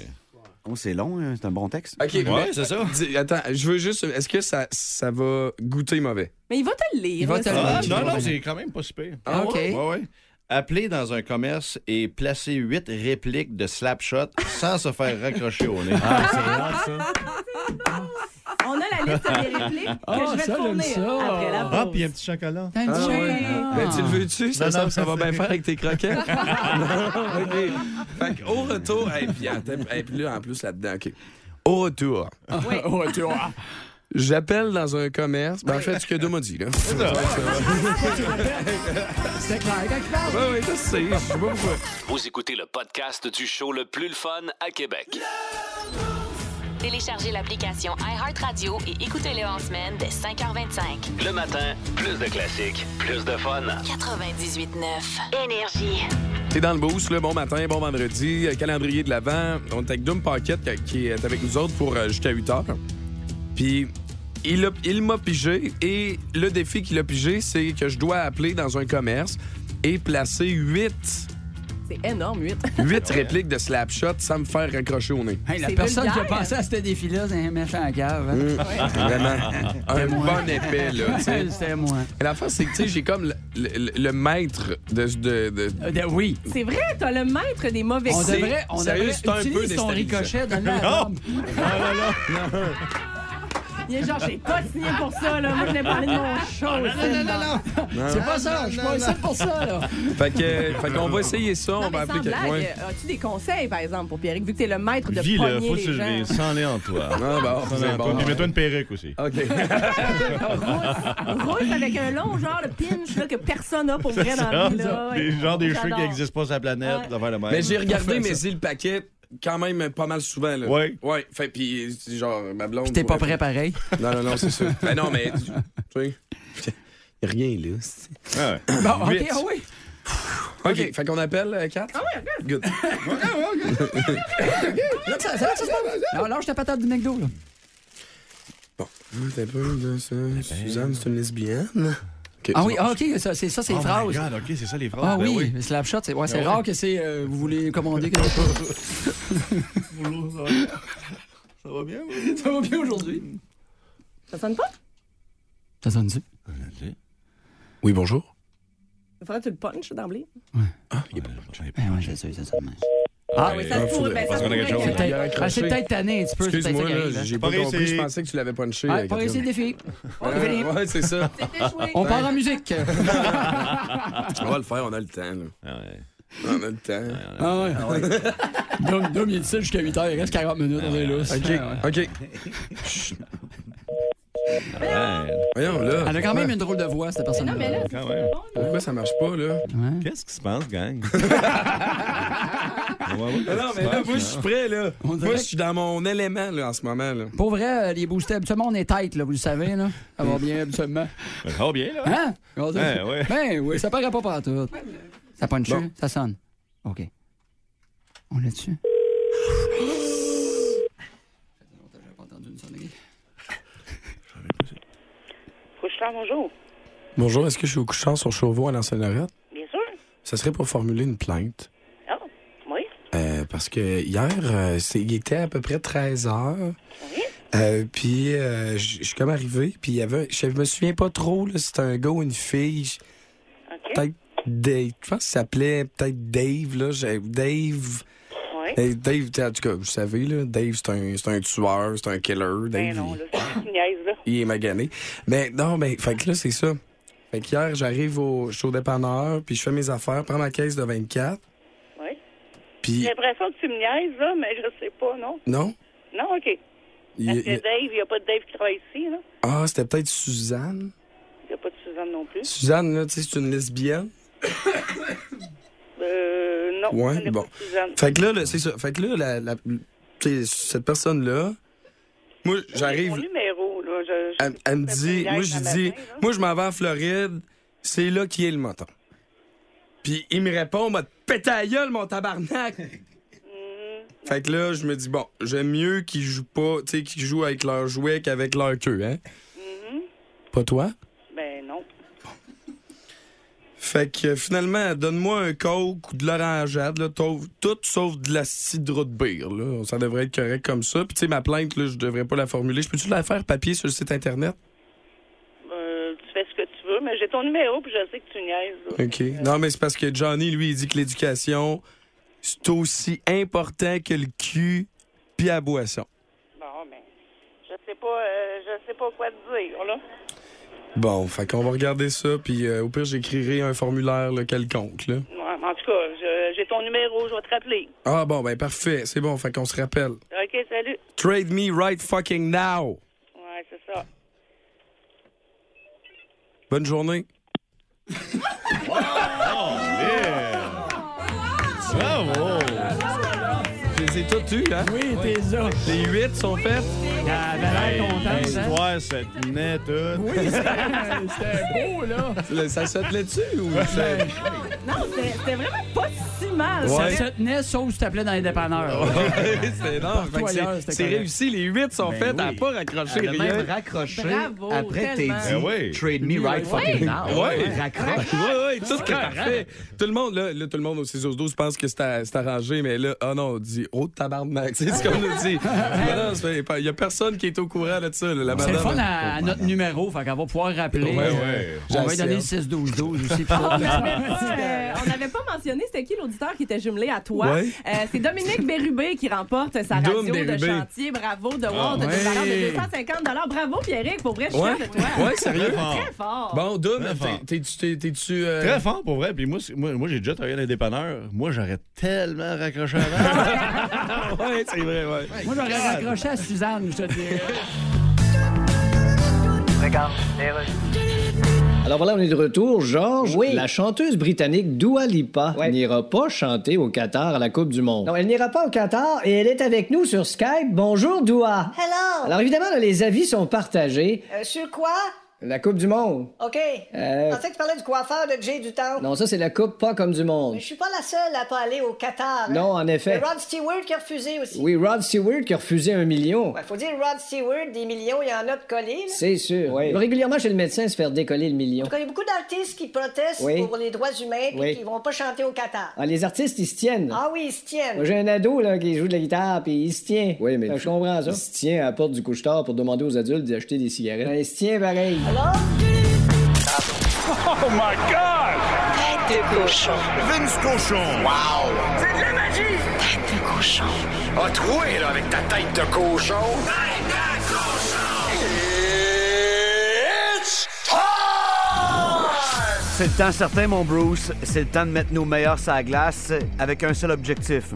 Speaker 8: Oh, c'est long, hein, c'est un bon texte.
Speaker 3: Ok,
Speaker 6: Ouais, c'est ça.
Speaker 3: mais- dis- attends, je veux juste. Est-ce que ça, ça va goûter mauvais?
Speaker 4: Mais il va te le lire.
Speaker 5: Il va
Speaker 4: là,
Speaker 5: te
Speaker 4: ça.
Speaker 5: le lire.
Speaker 6: Ah, non, non, c'est quand même pas si pire.
Speaker 3: Ah,
Speaker 11: OK.
Speaker 6: Ouais, ouais. Appeler dans un commerce et placer huit répliques de slapshot sans se faire raccrocher au nez.
Speaker 12: Ah,
Speaker 4: On a la liste des
Speaker 5: *laughs*
Speaker 4: répliques que
Speaker 5: Ah,
Speaker 4: je vais
Speaker 5: ça, j'aime
Speaker 4: te fournir
Speaker 5: ça.
Speaker 4: après la pause.
Speaker 12: Ah, puis un petit chocolat.
Speaker 5: T'as un petit
Speaker 3: Ah, ouais.
Speaker 5: chocolat.
Speaker 3: Ben, tu le veux-tu? Ça,
Speaker 12: Non,
Speaker 3: ça,
Speaker 12: non,
Speaker 3: ça va
Speaker 12: c'est-
Speaker 3: bien faire avec tes croquettes. Non, OK. Fait que, au retour. Hey, puis, attends, hey, puis là, en plus, là-dedans, OK. Au retour. *laughs*
Speaker 5: Oh, tu vois.
Speaker 3: J'appelle dans un commerce. Ben, en fait, ce que deux m'a dit, là. C'est
Speaker 6: ça.
Speaker 5: C'est clair. Quand tu parles,
Speaker 3: Oui, oui, je sais. Je sais pas pourquoi.
Speaker 2: Vous écoutez le podcast du show le plus le fun à Québec.
Speaker 1: Téléchargez l'application iHeartRadio et écoutez-le en semaine dès 5h25.
Speaker 2: Le matin, plus de classiques, plus de fun.
Speaker 1: 98.9. Énergie.
Speaker 3: T'es dans le boost, le bon matin, bon vendredi, euh, calendrier de l'Avent. On est avec Doom Pocket qui- qui est avec nous autres pour euh, jusqu'à 8 heures. Puis il a- il m'a pigé et le défi qu'il a pigé, c'est que je dois appeler dans un commerce et placer 8,
Speaker 4: C'est énorme, 8.
Speaker 3: répliques de Slapshot sans me faire raccrocher au nez.
Speaker 5: hey, la
Speaker 4: C'est
Speaker 5: personne qui a
Speaker 4: vulgaire.
Speaker 5: pensé à ce défi-là, c'est un méchant à cave. hein.
Speaker 3: Vraiment. Un bon épais, là. tu sais.
Speaker 5: C'était moi.
Speaker 3: Et la fin, c'est que tu sais, j'ai comme le, le- le maître de- de- de,
Speaker 5: Euh, de- oui.
Speaker 4: C'est vrai, t'as le maître des mauvais
Speaker 5: On
Speaker 4: coups.
Speaker 3: C'est-
Speaker 5: devrait, on
Speaker 3: sérieux,
Speaker 5: devrait
Speaker 3: c'est un peu
Speaker 5: utiliser son
Speaker 3: déstabilisant.
Speaker 5: ricochet, donne-le à Tom.
Speaker 4: Il est genre, j'ai pas signé pour ça, là. Moi, je voulais parler de
Speaker 5: Ah,
Speaker 4: mon show.
Speaker 6: Non, non, non.
Speaker 5: C'est pas ça, je suis pas ici pour ça, là.
Speaker 3: Fait que, fait qu'on va essayer ça,
Speaker 4: Non,
Speaker 3: on va
Speaker 4: mais sans
Speaker 3: appeler
Speaker 4: blague,
Speaker 3: quelqu'un. Ouais.
Speaker 4: euh, as-tu des conseils, par exemple, pour Pierrick, vu que t'es le maître de
Speaker 12: Vis, là,
Speaker 4: pogner
Speaker 12: faut
Speaker 4: les
Speaker 12: se lever.
Speaker 4: gens?
Speaker 12: Sans en toi.
Speaker 3: Ah, bah,
Speaker 12: Sans
Speaker 3: c'est
Speaker 12: en toi.
Speaker 3: bon.
Speaker 12: Puis mets-toi une perruque aussi.
Speaker 3: OK.
Speaker 4: Rousse, rousse avec un long genre de pinch là, que personne n'a pour vrai dans la vie. Ah, Là.
Speaker 12: Ah, Des genres des cheveux
Speaker 4: J'adore.
Speaker 12: qui n'existent pas sur la planète,
Speaker 4: Ouais.
Speaker 12: d'affaires de même.
Speaker 3: Mais j'ai regardé mes îles paquet quand même pas mal souvent, là.
Speaker 12: Ouais.
Speaker 3: Ouais. Fait, pis, c'est genre, ma blonde.
Speaker 5: T'es pas
Speaker 3: pourrait-
Speaker 5: prêt pareil.
Speaker 3: Non, non, non, c'est
Speaker 5: *laughs*
Speaker 3: sûr. Ben non, mais, tu tu sais. Rien, là.
Speaker 12: Ah ouais.
Speaker 5: Bon, OK,
Speaker 3: Vite.
Speaker 5: ah oui.
Speaker 3: OK, fait qu'on appelle euh, Kat. Ah ouais, Good.
Speaker 5: Là, ça, ça, ça, se passe. Non, lâche ta patate du McDo, là.
Speaker 3: T'es un peu de ça. Suzanne, c'est une lesbienne. OK,
Speaker 5: Ah
Speaker 3: c'est
Speaker 5: oui,
Speaker 3: bon.
Speaker 5: ah, OK, ça, c'est ça, c'est
Speaker 12: Oh
Speaker 5: les
Speaker 12: my
Speaker 5: phrases.
Speaker 12: God, OK, c'est ça les phrases.
Speaker 5: Ah
Speaker 12: Ben
Speaker 5: oui, le Slapshot, c'est ouais, c'est rare que c'est. euh, vous voulez commander quelque chose.
Speaker 12: Ça va bien?
Speaker 5: Ça va bien aujourd'hui.
Speaker 4: Ça sonne pas?
Speaker 5: Ça sonne-tu?
Speaker 3: Oui, bonjour.
Speaker 4: Il faudrait que tu le punches d'emblée.
Speaker 5: Ben ouais, je sais, ça sonne.
Speaker 4: Ah oui, ça se pourrait. Ben, ça se
Speaker 12: qu'on a
Speaker 4: pourrait.
Speaker 12: quelque chose.
Speaker 4: que-
Speaker 3: Il a
Speaker 5: Ah, c'est
Speaker 3: raccroché.
Speaker 5: peut-être tanné un petit peu. c'est peut-être
Speaker 3: Excuse-moi,
Speaker 5: ça qui
Speaker 3: là,
Speaker 5: arrive, hein. Ah,
Speaker 3: j'ai pas
Speaker 12: Pas
Speaker 3: compris. Je
Speaker 12: réussi.
Speaker 3: pensais que tu l'avais punché.
Speaker 5: Ouais,
Speaker 3: euh,
Speaker 5: pour
Speaker 3: Catherine.
Speaker 5: essayer le défi.
Speaker 3: Ouais, ouais, c'est
Speaker 5: *laughs*
Speaker 3: ça.
Speaker 4: C'est échoué.
Speaker 5: On part
Speaker 3: *laughs*
Speaker 5: en musique.
Speaker 3: On va le faire, on a le temps, là. On a le temps.
Speaker 5: Ah ouais. Donc, deux minutes ici jusqu'à 8 h. Il reste 40 minutes, on est là.
Speaker 3: Ah OK, OK. Voyons, là.
Speaker 5: Elle a quand même une drôle de voix, cette personne.
Speaker 4: Non, mais là,
Speaker 12: Quand même.
Speaker 3: Pourquoi ça marche pas, là?
Speaker 12: Qu'est-ce qui se passe, gang?
Speaker 3: Non, Ah, mais là, moi, je suis prêt, là.
Speaker 5: On dirait
Speaker 3: Moi, je suis dans mon élément, là, en ce moment, là.
Speaker 5: Pour vrai, euh, les boostés, habituellement, on est tête, là, vous le savez, là. Ça va bien, habituellement.
Speaker 12: Ça va Ah, bien, là?
Speaker 5: Hein? Regardez.
Speaker 12: Ouais, ouais.
Speaker 5: Ben oui, ça paraît pas partout. Ça punche,
Speaker 3: Bon.
Speaker 5: ça sonne. OK. On l'a dessus.
Speaker 9: bonjour.
Speaker 3: Bonjour, est-ce que je suis au couchant sur Chauveau à l'ancienne Lorette?
Speaker 9: Bien sûr.
Speaker 3: Ça serait pour formuler une plainte.
Speaker 9: Ah, oui.
Speaker 3: Euh, parce que hier, euh, c'est- il était à peu près 13 heures. Euh, puis euh, je je suis comme arrivé, puis il y avait, je me souviens pas trop, là, c'était un gars ou une fille, je-
Speaker 9: OK.
Speaker 3: peut-être Dave, je pense qu'il s'appelait peut-être Dave, là, j'ai- Dave,
Speaker 9: Oui.
Speaker 3: Hey, Dave, t'sais, en tout cas, vous savez, là, Dave, c'est un, c'est un tueur, c'est un killer. Dave,
Speaker 13: Ben non,
Speaker 3: il-
Speaker 13: là, c'est une niaise, là.
Speaker 3: Il est magané. Mais non, mais fait que là, c'est ça. Fait qu'hier, j'arrive au, je suis au dépanneur, puis je fais mes affaires, prends ma caisse de 24.
Speaker 13: Oui.
Speaker 3: Puis-
Speaker 13: J'ai l'impression que tu me niaises, là, mais je sais pas, non?
Speaker 3: Non?
Speaker 13: Non, OK.
Speaker 3: Il-
Speaker 13: Parce que
Speaker 3: il-
Speaker 13: Dave, il n'y a pas de Dave qui travaille ici, là.
Speaker 3: Ah, c'était peut-être Suzanne.
Speaker 13: Il n'y a pas de Suzanne non plus.
Speaker 3: Suzanne, là, tu sais, c'est une lesbienne.
Speaker 13: Euh, non.
Speaker 3: Ouais,
Speaker 13: il n'y a
Speaker 3: bon.
Speaker 13: pas de Suzanne.
Speaker 3: Fait que là, là, c'est ça. Fait que là, la, la- tu sais, cette personne-là, moi, j'arrive. Euh,
Speaker 13: Mon numéro, là. Je, je-
Speaker 3: Elle, elle me
Speaker 13: je
Speaker 3: dit,
Speaker 13: fais
Speaker 3: moi
Speaker 13: ce
Speaker 3: je
Speaker 13: matin,
Speaker 3: dis,
Speaker 13: là.
Speaker 3: moi je m'en vais en Floride, c'est là qui est le moton. Puis il me répond, m'a pété la gueule, mon tabarnak. Mm-hmm. fait que là, je me dis, bon, j'aime mieux qu'ils jouent pas, tu sais, qu'ils jouent avec leur jouet qu'avec leur queue, hein. Pas toi?
Speaker 13: Ben non.
Speaker 3: Fait que euh, finalement, donne-moi un coke ou de l'orangeade, là, tauve- tout sauf de la cidre de bière, là. Ça devrait être correct comme ça. Puis tu sais, ma plainte, là, je devrais pas la formuler. Je peux-tu la faire papier sur le site Internet?
Speaker 13: Euh, tu fais ce que tu veux, mais j'ai ton numéro, puis je sais que tu niaises, là.
Speaker 3: OK. Non, mais c'est parce que Johnny, lui, il dit que l'éducation, c'est aussi important que le cul puis la boisson.
Speaker 13: Bon, ben, je sais pas, euh, je sais pas quoi te dire, là.
Speaker 3: Bon, fait qu'on va regarder ça, puis euh, au pire, j'écrirai un formulaire là, quelconque, là.
Speaker 13: Ouais, mais en tout cas, je- j'ai ton numéro, je vais te rappeler.
Speaker 3: Ah bon, ben parfait, c'est bon, fait qu'on se rappelle.
Speaker 13: OK, salut.
Speaker 3: Trade me right fucking now!
Speaker 13: Ouais, c'est ça.
Speaker 3: Bonne journée.
Speaker 12: Bravo!
Speaker 3: Je les ai toutes eues, hein?
Speaker 5: Oui, t'es là.
Speaker 3: Les huit sont faites.
Speaker 5: Ah, ben, elle est contente, hein?
Speaker 12: L'histoire, ça tenait tout.
Speaker 5: Oui, c'était c'était beau, là.
Speaker 3: Là, Ça se tenait dessus ou...
Speaker 4: Non, c'était c'était vraiment pas si mal.
Speaker 5: Ça
Speaker 4: C'est
Speaker 5: se
Speaker 4: vrai.
Speaker 5: tenait sauf si t'appelais dans les dépanneurs.
Speaker 3: *laughs* c'est énorme. Fait que
Speaker 5: Partout
Speaker 3: c'est-
Speaker 5: ailleurs, c'était
Speaker 3: C'est
Speaker 5: correct.
Speaker 3: réussi, les huit sont
Speaker 7: Ben
Speaker 3: faites, à
Speaker 7: oui.
Speaker 3: pas raccrocher
Speaker 7: Elle a
Speaker 3: rien.
Speaker 7: même raccroché
Speaker 4: Bravo,
Speaker 7: après t'es dit
Speaker 4: tellement.
Speaker 12: Ben oui.
Speaker 7: Trade me right fucking now.
Speaker 3: Ouais.
Speaker 4: Ah,
Speaker 7: Raccroche.
Speaker 3: Oui, oui, tout est parfait. Tout le monde, là, là, tout le monde au 6-12 pense que c'est à- c'est arrangé, mais là, ah non, on dit, oh tabarnak. *laughs* C'est ce qu'on nous
Speaker 4: *laughs*
Speaker 3: dit. Non, non, c'est pas- Il n'y a personne qui est au courant de ça, là, la
Speaker 5: C'est le
Speaker 3: madame.
Speaker 5: fun à, à notre numéro, fait qu'on va pouvoir rappeler.
Speaker 3: Ouais, ouais.
Speaker 5: Euh, On va lui donner le 6-12-12 aussi. puis
Speaker 4: On
Speaker 5: tout.
Speaker 4: n'avait pas, euh, on n'avait pas mentionné c'était qui l'auditeur qui était jumelé à toi.
Speaker 5: Ouais.
Speaker 4: Euh, c'est Dominique Bérubé qui remporte sa radio
Speaker 5: Dom
Speaker 4: de
Speaker 5: Bérubé. Ah.
Speaker 4: chantier. Bravo de Ward de
Speaker 3: ouais.
Speaker 4: valeur de 250 Bravo Pierrick, pour vrai, je suis
Speaker 3: Ouais.
Speaker 4: fière de toi.
Speaker 3: Ouais, sérieux?
Speaker 4: Très fort.
Speaker 3: Bon, Doom,
Speaker 12: Très fort.
Speaker 3: t'es- t'es-tu. t'es- t'es-tu, euh,
Speaker 12: Très fort, pour vrai. Puis moi, c'est- moi, moi, j'ai déjà travaillé dans les dépanneurs. Moi, j'aurais tellement raccroché avant.
Speaker 3: *laughs* ouais, c'est vrai, ouais.
Speaker 5: Moi, j'aurais raccroché à Suzanne, je te dirais.
Speaker 7: Alors voilà, on est de retour. Georges,
Speaker 10: Oui.
Speaker 7: la chanteuse britannique Dua Lipa
Speaker 10: Ouais.
Speaker 7: n'ira pas chanter au Qatar à la Coupe du Monde.
Speaker 10: Non, elle n'ira pas au Qatar et elle est avec nous sur Skype. Bonjour, Doua.
Speaker 14: Hello.
Speaker 10: Alors évidemment, là, les avis sont partagés.
Speaker 14: Euh, sur quoi?
Speaker 10: La Coupe du Monde.
Speaker 14: OK.
Speaker 10: Euh.
Speaker 14: Je pensais que tu parlais du coiffeur de Jay du temps.
Speaker 10: Non, ça, c'est la Coupe pas comme du monde.
Speaker 14: Je suis pas la seule à pas aller au Qatar. hein.
Speaker 10: Non, en effet.
Speaker 14: Il y a Rod Stewart qui a refusé aussi.
Speaker 10: Oui, Rod Stewart qui a refusé un million.
Speaker 14: Ouais, faut dire Rod Stewart, des millions, il y en a de collés. là.
Speaker 10: C'est sûr.
Speaker 14: Oui.
Speaker 10: Régulièrement chez le médecin, se faire décoller le million.
Speaker 14: En tout cas, il y a beaucoup d'artistes qui protestent
Speaker 10: Oui.
Speaker 14: pour les droits humains et
Speaker 10: Oui.
Speaker 14: qui vont pas chanter au Qatar.
Speaker 10: Ah, les artistes, ils se tiennent.
Speaker 14: Ah oui, ils se tiennent.
Speaker 10: Moi, J'ai un ado là, qui joue de la guitare, puis il se tient. Oui, mais. Je comprends ça. Il se tient à la porte du couche-tard pour demander aux adultes d'acheter des cigarettes. Ben, il se tient pareil.
Speaker 14: Alors?
Speaker 15: Oh my God! Tête de cochon. Vince cochon. Wow! C'est de la magie! Tête de cochon. A troué, là, avec ta tête de cochon. Tête de cochon! It's time!
Speaker 16: C'est le temps certain, mon Bruce. C'est le temps de mettre nos meilleurs sur la glace avec un seul objectif.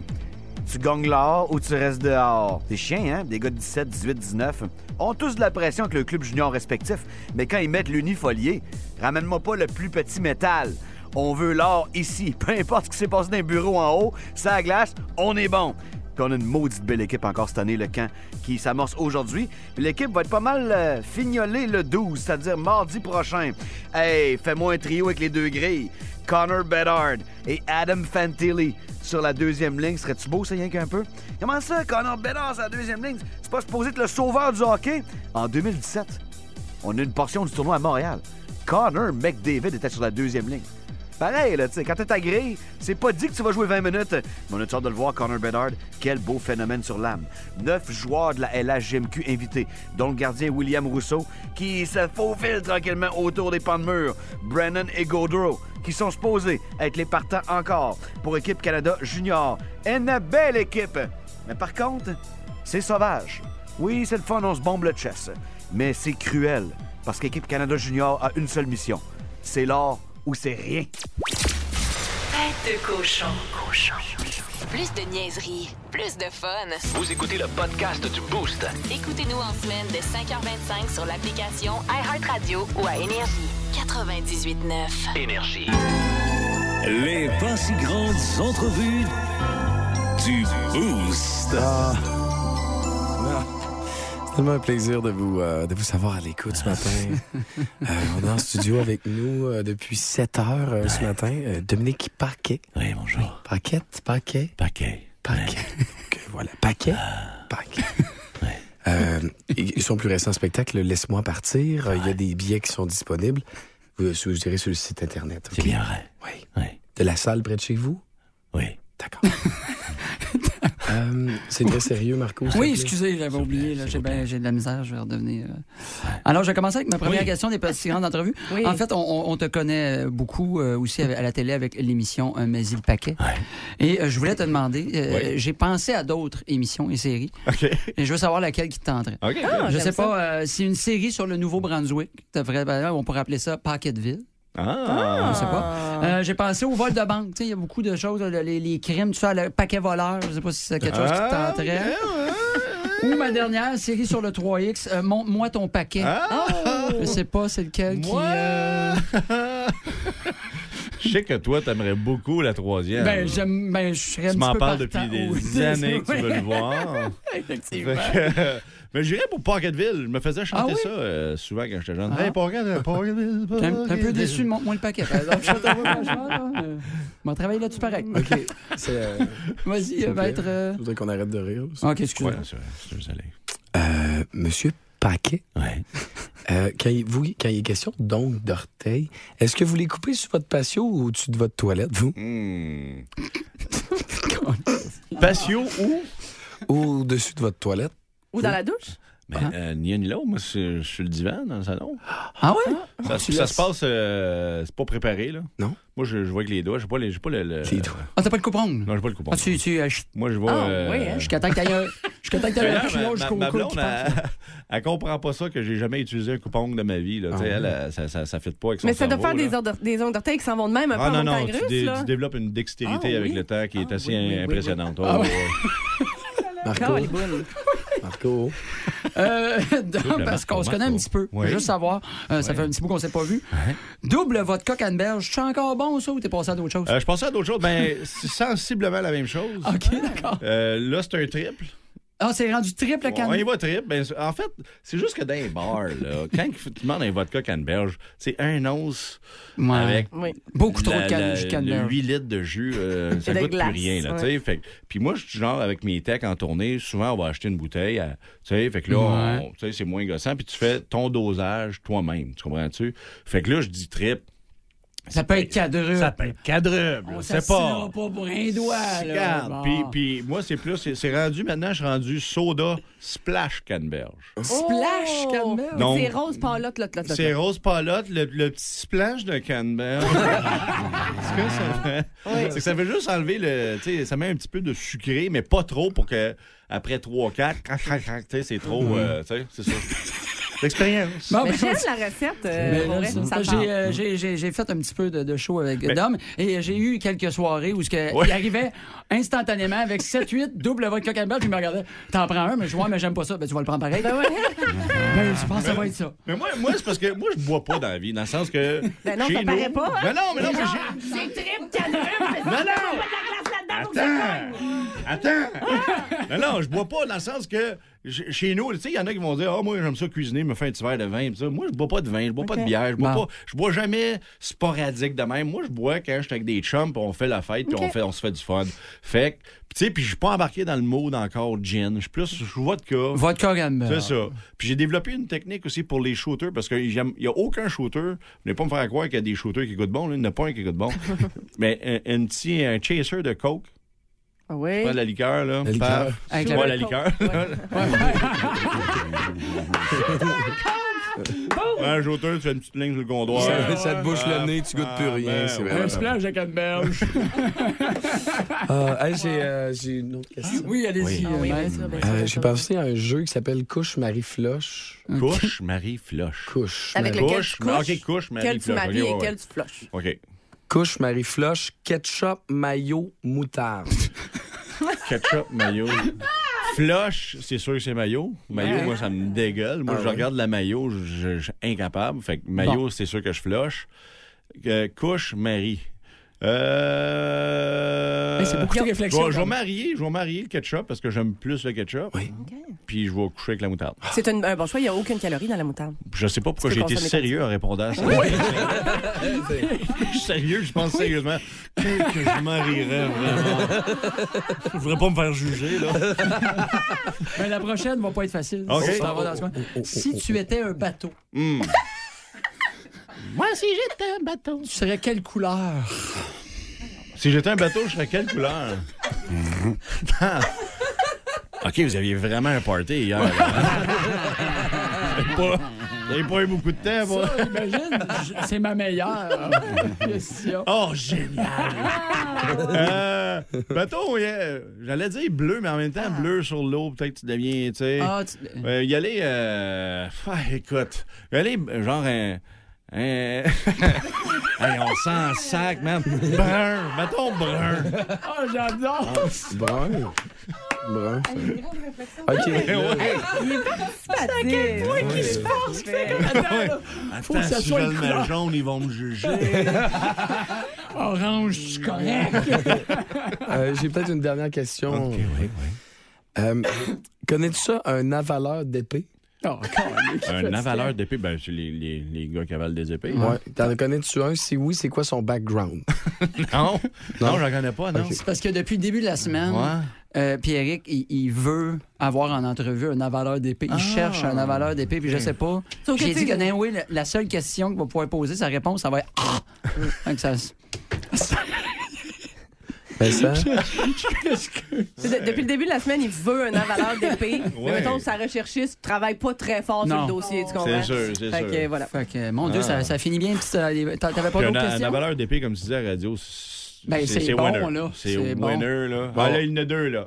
Speaker 16: Tu gagnes l'or ou tu restes dehors. C'est chiant, hein? Des gars de 17, 18, 19 ont tous de la pression avec le club junior respectif, mais quand ils mettent l'unifolié, ramène-moi pas le plus petit métal. On veut l'or ici. *laughs* Peu importe ce qui s'est passé dans les bureaux en haut, ça la glace, on est bon. Puis on a une maudite belle équipe encore cette année, le camp, qui s'amorce aujourd'hui. Puis L'équipe va être pas mal euh, fignolée le 12, c'est-à-dire mardi prochain. Hey, fais-moi un trio avec les deux grilles. Connor Bedard et Adam Fantilli sur la deuxième ligne. Serait-tu beau, ça, rien qu'un peu? Comment ça, Connor Bedard sur la deuxième ligne? C'est pas supposé être le sauveur du hockey? En 2017, on a une portion du tournoi à Montréal. Connor McDavid était sur la deuxième ligne. Pareil, là, tu sais, quand t'es à grille, c'est pas dit que tu vas jouer 20 minutes. Mais on a hâte de le voir, Connor Bedard. Quel beau phénomène sur l'âme. Neuf joueurs de la LHGMQ invités, dont le gardien William Rousseau, qui se faufile tranquillement autour des pans de mur. Brennan et Gaudreau, qui qui sont supposés être les partants encore pour Équipe Canada Junior. Une belle équipe! Mais par contre, c'est sauvage. Oui, c'est le fun, on se bombe le chess. Mais c'est cruel, parce qu'Équipe Canada Junior a une seule mission. C'est l'or ou c'est rien.
Speaker 1: Tête de cochon. Plus de niaiserie, plus de fun.
Speaker 2: Vous écoutez le podcast du Boost.
Speaker 1: Écoutez-nous en semaine de 5h25 sur l'application iHeartRadio ou à Énergie. 98.9.
Speaker 2: Énergie. Les pas si grandes entrevues du Boost.
Speaker 3: Ah. *laughs* C'est tellement un plaisir de vous, euh, de vous savoir à l'écoute ce matin. *laughs* Euh, on est en studio avec nous euh, depuis 7 heures euh, ce matin. Euh, Dominique Paquet. Oui, bonjour. Paquet, Paquet. Paquet. Paquet. Ok, voilà, Paquet. *laughs* Paquet. Euh, et son plus récent spectacle, Laisse-moi partir, il y a des billets qui sont disponibles. Euh, Vous, vous irez sur le site Internet. C'est bien vrai. Oui. De la salle près de chez vous? Oui. *laughs* D'accord. Euh, c'est très sérieux, Marco. s'il te
Speaker 5: Oui,
Speaker 3: plaît.
Speaker 5: excusez, j'avais oublié. là, J'ai ben, j'ai de la misère, je vais redevenir. euh. Alors, je vais commencer avec ma première
Speaker 17: Oui.
Speaker 5: question des petites grandes entrevues.
Speaker 17: *laughs* Oui.
Speaker 5: En fait, on- on, on te connaît beaucoup euh, aussi à la télé avec l'émission euh, Mais il paquet. Et euh, je voulais te demander, euh,
Speaker 17: Oui.
Speaker 5: j'ai pensé à d'autres émissions
Speaker 17: *laughs*
Speaker 5: et séries. Et je veux savoir laquelle qui te tenterait.
Speaker 17: OK. Ah,
Speaker 5: je
Speaker 17: j'aime
Speaker 5: sais
Speaker 17: ça.
Speaker 5: pas euh, si une série sur le Nouveau-Brunswick, t'as vrai- ben, on pourrait appeler ça Packetville.
Speaker 17: Ah.
Speaker 5: Je sais pas. Euh, j'ai pensé au vol de banque. Tu sais, Il y a beaucoup de choses, là, les, les crimes, tout ça, le paquet voleur. Je sais pas si c'est quelque chose qui te
Speaker 17: Ah,
Speaker 5: tenterait. Ou ma dernière série sur le 3X, euh, Montre-moi ton paquet.
Speaker 12: Ah!
Speaker 5: Je sais pas c'est lequel qui. euh,
Speaker 12: *laughs* Je sais que toi, t'aimerais beaucoup la troisième.
Speaker 5: Ben, j'aime. Ben, je serais un petit
Speaker 12: tu m'en
Speaker 5: peu
Speaker 12: parles
Speaker 5: partant.
Speaker 12: depuis des
Speaker 5: Oui. *laughs*
Speaker 12: années que tu veux
Speaker 5: Oui.
Speaker 12: le voir.
Speaker 5: Effectivement.
Speaker 12: Fait que, *laughs* euh, mais j'irais pour Pocketville. Je me faisais chanter
Speaker 5: Ah oui?
Speaker 12: ça euh, souvent quand j'étais jeune.
Speaker 5: Ah.
Speaker 12: Hey, Pocketville, Pocketville,
Speaker 5: T'es un, t'es un peu
Speaker 12: Pocketville.
Speaker 5: déçu de Montre-moi le paquet. par exemple. Ben, Je vais t'avouer, franchement, là, euh, On va travailler là-dessus pareil.
Speaker 3: OK. C'est, euh,
Speaker 5: *laughs* Vas-y,
Speaker 3: s'il
Speaker 5: euh,
Speaker 3: vous plaît.
Speaker 5: maître. euh,
Speaker 3: Je voudrais qu'on arrête de rire.
Speaker 5: Ok, excusez-moi.
Speaker 12: Ouais, c'est vrai, je suis désolé.
Speaker 3: Euh, Monsieur Paquet, euh, quand, il, vous, quand il est question donc d'orteils, est-ce que vous les coupez sur votre patio ou au-dessus de votre toilette, vous?
Speaker 5: *laughs*
Speaker 12: patio ou?
Speaker 3: Au-dessus de votre toilette.
Speaker 4: Ou dans la douche?
Speaker 12: Mais
Speaker 5: Hein?
Speaker 12: euh, ni un ni l'autre, moi, c'est- je suis le divan dans le salon.
Speaker 5: Ah ouais?
Speaker 12: Ça,
Speaker 5: Tu
Speaker 12: ça
Speaker 5: laisses-
Speaker 12: se passe, euh, c'est pas préparé, là.
Speaker 3: Non.
Speaker 12: Moi, je, je vois avec les doigts, j'ai pas, les, j'ai pas le, le-
Speaker 5: Ah, t'as pas le couperon?
Speaker 12: Non, j'ai pas le coupon.
Speaker 5: Ah, tu, tu, euh, je-
Speaker 12: Moi, je vois.
Speaker 5: Ah,
Speaker 12: euh,
Speaker 5: oui, hein? Jusqu'à temps que t'ailles un- jusqu'à temps que t'ailles un
Speaker 12: D'ailleurs,
Speaker 5: reculon
Speaker 12: ma-
Speaker 5: jusqu'au
Speaker 12: ma, ma
Speaker 5: coude
Speaker 12: blonde,
Speaker 5: qui
Speaker 12: elle, elle comprend pas ça que j'ai jamais utilisé un coupon de ma vie. Là. Tu sais,
Speaker 5: Ah
Speaker 3: ouais.
Speaker 12: elle, elle, ça, ça, ça fit pas avec son
Speaker 4: Mais ça doit
Speaker 12: cerveau,
Speaker 4: faire
Speaker 12: là.
Speaker 4: des, ordre- des ondorteils qui s'en vont de même un peu
Speaker 12: Ah
Speaker 4: en
Speaker 12: non, non,
Speaker 4: montagne
Speaker 12: tu,
Speaker 4: russe,
Speaker 12: dé-
Speaker 4: là.
Speaker 12: tu développes une dextérité avec le temps qui est assez impressionnante.
Speaker 5: oui. Ah
Speaker 12: Oh,
Speaker 5: oui.
Speaker 12: ouais.
Speaker 3: Marco.
Speaker 5: les boules.
Speaker 3: *laughs* Marco.
Speaker 5: Euh, *laughs* Dom,
Speaker 12: Double
Speaker 5: parce
Speaker 12: marque
Speaker 5: qu'on
Speaker 12: pour
Speaker 5: se connaît un
Speaker 12: Marco.
Speaker 5: petit peu.
Speaker 12: Oui.
Speaker 5: Juste savoir, euh, ça fait un petit bout qu'on s'est pas vu. Double vodka canneberge, c'est encore bon ça ou t'es passé à d'autres choses?
Speaker 12: Euh, je pensais à d'autres choses, mais c'est sensiblement la même chose.
Speaker 5: OK, d'accord.
Speaker 12: Euh, là, c'est un triple.
Speaker 5: Ah, c'est rendu triple
Speaker 12: On y
Speaker 5: canneberge.
Speaker 12: va triple. Ben, en fait, c'est juste que dans les bars, là, quand *laughs* il faut- tu demandes un vodka canneberge, c'est un once
Speaker 5: Ouais.
Speaker 12: avec
Speaker 5: Oui. Beaucoup trop de canne-
Speaker 12: la-
Speaker 5: jus de canneberge.
Speaker 12: le 8 litres de jus. euh,
Speaker 5: *laughs*
Speaker 12: ça
Speaker 5: Et de
Speaker 12: goûte
Speaker 5: glace,
Speaker 12: plus rien. Là,
Speaker 5: ouais.
Speaker 12: tu sais. fait, que- puis moi, je suis genre avec mes techs en tournée, souvent on va acheter une bouteille. à- tu sais, fait que là, on-
Speaker 5: Ouais.
Speaker 12: tu sais, c'est moins gossant. Puis tu fais ton dosage toi-même. Tu comprends-tu? Fait que là, je dis triple.
Speaker 5: Ça peut être quadruple.
Speaker 12: Ça peut être quadruple.
Speaker 5: On
Speaker 12: je sais
Speaker 5: s'assinera
Speaker 12: pas.
Speaker 5: pas pour un doigt. là.
Speaker 12: Regarde,
Speaker 5: Bon.
Speaker 12: puis, puis moi, c'est plus. C'est c'est rendu maintenant, je suis rendu soda splash canneberge.
Speaker 4: Oh! Splash, canneberge.
Speaker 12: Donc-
Speaker 4: C'est rose palotte, lot, lot, lot.
Speaker 12: C'est Rose Palotte, le, le petit splash de canneberge. Ce que ça fait, c'est que ça fait juste enlever le. Tu sais, ça met un petit peu de sucré, mais pas trop pour que, après 3-4, crac, crac, crac, tu sais, c'est trop. euh, tu sais, c'est ça. L'expérience.
Speaker 4: Mais J'aime la recette. euh,
Speaker 5: Mais
Speaker 4: pour
Speaker 5: ben, là,
Speaker 4: vrai,
Speaker 5: c'est-
Speaker 4: ça
Speaker 5: j'ai,
Speaker 4: part.
Speaker 5: euh, j'ai- j'ai- j'ai fait un petit peu de, de show avec Dom et euh, j'ai eu quelques soirées où ce que,
Speaker 12: Ouais.
Speaker 5: il arrivait instantanément avec 7-8 double vodka canneberge. puis Il me regardait, t'en prends un, mais je vois, mais j'aime pas ça. Ben, tu vas le prendre pareil. Ben, je pense que ça va être ça.
Speaker 12: Mais moi, moi c'est parce que moi, je bois pas dans la vie, dans le sens que.
Speaker 4: Ben non,
Speaker 12: chez
Speaker 4: ça
Speaker 12: nous-
Speaker 4: paraît pas. hein?
Speaker 12: Ben non, mais non, mais
Speaker 4: Genre,
Speaker 12: j'ai-
Speaker 4: C'est triple canneberge. mais
Speaker 12: Non,
Speaker 4: c'est
Speaker 12: non.
Speaker 4: pas de la glace là-dedans.
Speaker 12: Attends! Attends! Non, non, je bois pas dans le sens que ch- chez nous, tu sais, il y en a qui vont dire Ah, moi, j'aime ça cuisiner, me faire un petit verre de vin. pis ça. Moi, je bois pas de vin, je bois pas
Speaker 5: Ok.
Speaker 12: de bière, je bois,
Speaker 5: Bon.
Speaker 12: pas, je bois jamais sporadique de même. Moi, je bois quand je suis avec des chums, pis on fait la fête, puis
Speaker 5: Ok.
Speaker 12: on, fait, on se fait du fun. Fait que, pis tu sais, puis je suis pas embarqué dans le mode encore gin. Je suis plus, je vois de cas.
Speaker 5: Vodka
Speaker 12: C'est
Speaker 5: canneberge.
Speaker 12: ça. Puis j'ai développé une technique aussi pour les shooters parce qu'il n'y a aucun shooter. Venez pas me faire croire qu'il y a des shooters qui goûtent bon. là. Il n'y en a pas un qui
Speaker 5: *laughs*
Speaker 12: goûte bon. Mais un, un petit un chaser de coke.
Speaker 4: Ah oui.
Speaker 12: Tu prends de la liqueur, là.
Speaker 3: La liqueur.
Speaker 12: paf.
Speaker 5: Avec
Speaker 12: Ouais,
Speaker 5: la-
Speaker 12: la liqueur. Un jouteur, tu fais une petite ligne sur le comptoir.
Speaker 3: Ça- ça te bouche le nez, tu goûtes plus rien, c'est vrai.
Speaker 12: vrai.
Speaker 3: Un
Speaker 5: splash de canneberge.
Speaker 3: Ah, hey, j'ai, euh, j'ai une autre question.
Speaker 5: Oui, allez-y, Ah oui, euh, bien sûr, bien sûr, bien
Speaker 3: Euh,
Speaker 5: sûr.
Speaker 3: J'ai pensé à un jeu qui s'appelle Couche Marie Floche.
Speaker 12: Couche Marie Floche.
Speaker 3: Couche.
Speaker 4: Avec
Speaker 3: Marie-
Speaker 4: lequel tu couches,
Speaker 12: ok, couche Marie
Speaker 4: quel tu
Speaker 12: Floche. Ok,
Speaker 4: maries
Speaker 12: ouais,
Speaker 4: et
Speaker 12: ouais.
Speaker 4: quel tu floches.
Speaker 12: OK.
Speaker 3: Couche Marie Floche, ketchup, mayo, moutarde.
Speaker 12: Ketchup, mayo. Flush, c'est sûr que c'est maillot. Maillot,
Speaker 3: Ouais.
Speaker 12: moi, ça me dégueule. Moi,
Speaker 3: Ah
Speaker 12: je
Speaker 3: ouais.
Speaker 12: regarde la maillot, je, je- je suis incapable. Fait que maillot, c'est sûr que je flush. Euh, couche, Marie. Euh...
Speaker 5: Hey, c'est beaucoup de
Speaker 12: je vais-
Speaker 5: réflexion,
Speaker 12: Je vais
Speaker 5: comme-
Speaker 12: marier, je vais marier le ketchup parce que j'aime plus le ketchup. Puis je vais coucher avec la moutarde.
Speaker 4: C'est un, un bon choix, il n'y a aucune calorie dans la *laughs* moutarde.
Speaker 12: Je sais pas pourquoi
Speaker 4: Ah. Tu
Speaker 12: j'ai
Speaker 4: peux
Speaker 12: été
Speaker 4: consommer
Speaker 12: sérieux en répondant à ça. *laughs* je suis sérieux, je pense sérieusement. Que que je marierais vraiment. Je voudrais pas me faire juger, là.
Speaker 5: Mais Ben, la prochaine va pas être facile.
Speaker 12: Ok. Oh,
Speaker 5: Si, ça va dans ce coin. Si tu étais un bateau,
Speaker 12: Hmm.
Speaker 5: Moi, si j'étais un bateau. tu serais quelle couleur?
Speaker 12: Si j'étais un bateau, je serais quelle couleur? *laughs* OK, vous aviez vraiment un party hier. là. Vous avez pas- vous avez pas eu beaucoup de temps, moi.
Speaker 5: Ça, *laughs* imagine, j- c'est ma
Speaker 12: Ah,
Speaker 5: meilleure question.
Speaker 12: Oh, génial! Euh, bateau, oui, euh, j'allais dire bleu, mais en même temps, bleu sur l'eau, peut-être tu deviens, tu sais.
Speaker 5: Ah, tu-
Speaker 12: Euh, y aller, euh, ah, écoute, y aller, euh, genre un... un- *laughs* Hey, on sent un sac, man. Brun, bateau brun.
Speaker 5: Oh,
Speaker 12: Ah,
Speaker 5: j'adore!
Speaker 3: Brun. Brun. ça. OK.
Speaker 5: Il est
Speaker 4: à quel point qu'il se force,
Speaker 5: Ah,
Speaker 12: Ah,
Speaker 5: Faut que ça
Speaker 12: si
Speaker 5: soit
Speaker 12: je
Speaker 5: une
Speaker 12: le mets
Speaker 5: couleur.
Speaker 12: jaune, ils vont
Speaker 5: *laughs*
Speaker 12: me juger.
Speaker 5: Orange, c'est
Speaker 12: Ah,
Speaker 5: correct.
Speaker 3: Euh, j'ai peut-être une dernière question. Euh, connais-tu ça, un avaleur d'épée?
Speaker 5: Oh,
Speaker 12: Un avaleur d'épée, ben, c'est les, les, les gars qui avalent des épées. hein?
Speaker 3: Ouais. T'en connais-tu un? Si oui, c'est quoi son background?
Speaker 5: *laughs*
Speaker 12: Non,
Speaker 3: Non?
Speaker 12: non, j'en connais pas, non.
Speaker 5: C'est parce que depuis le début de la semaine,
Speaker 12: Ouais.
Speaker 5: euh, Pierrick, il, il veut avoir en entrevue un avaleur d'épée.
Speaker 12: Ah.
Speaker 5: Il cherche un avaleur d'épée, puis je sais pas.
Speaker 4: Sauf que
Speaker 5: J'ai
Speaker 4: tu
Speaker 5: dit que,
Speaker 4: sais-
Speaker 5: anyway, la, la seule question qu'il va pouvoir poser, sa réponse, ça va être Ah! Fait que ça se-
Speaker 3: Ben ça,
Speaker 4: C'est de- depuis le début de la semaine, il veut un avaleur d'épée. Mais
Speaker 5: Ouais.
Speaker 4: mettons, sa recherchiste travaille pas très fort sur
Speaker 5: Non.
Speaker 4: le dossier, tu comprends? Fait que, voilà.
Speaker 5: Fait que, mon Dieu,
Speaker 12: Ah.
Speaker 5: ça, ça finit bien. puis ça- les- t'a- T'avais pas
Speaker 12: Puis un,
Speaker 5: d'autres
Speaker 12: un
Speaker 5: questions?
Speaker 12: avaleur d'épée, comme tu disais à la radio, c'est
Speaker 5: Ben, c'est bon, là.
Speaker 12: C'est
Speaker 5: C'est
Speaker 12: winner,
Speaker 5: bon.
Speaker 12: là.
Speaker 5: Bon.
Speaker 12: Ah, là, il y en a
Speaker 5: *laughs*
Speaker 12: deux, là.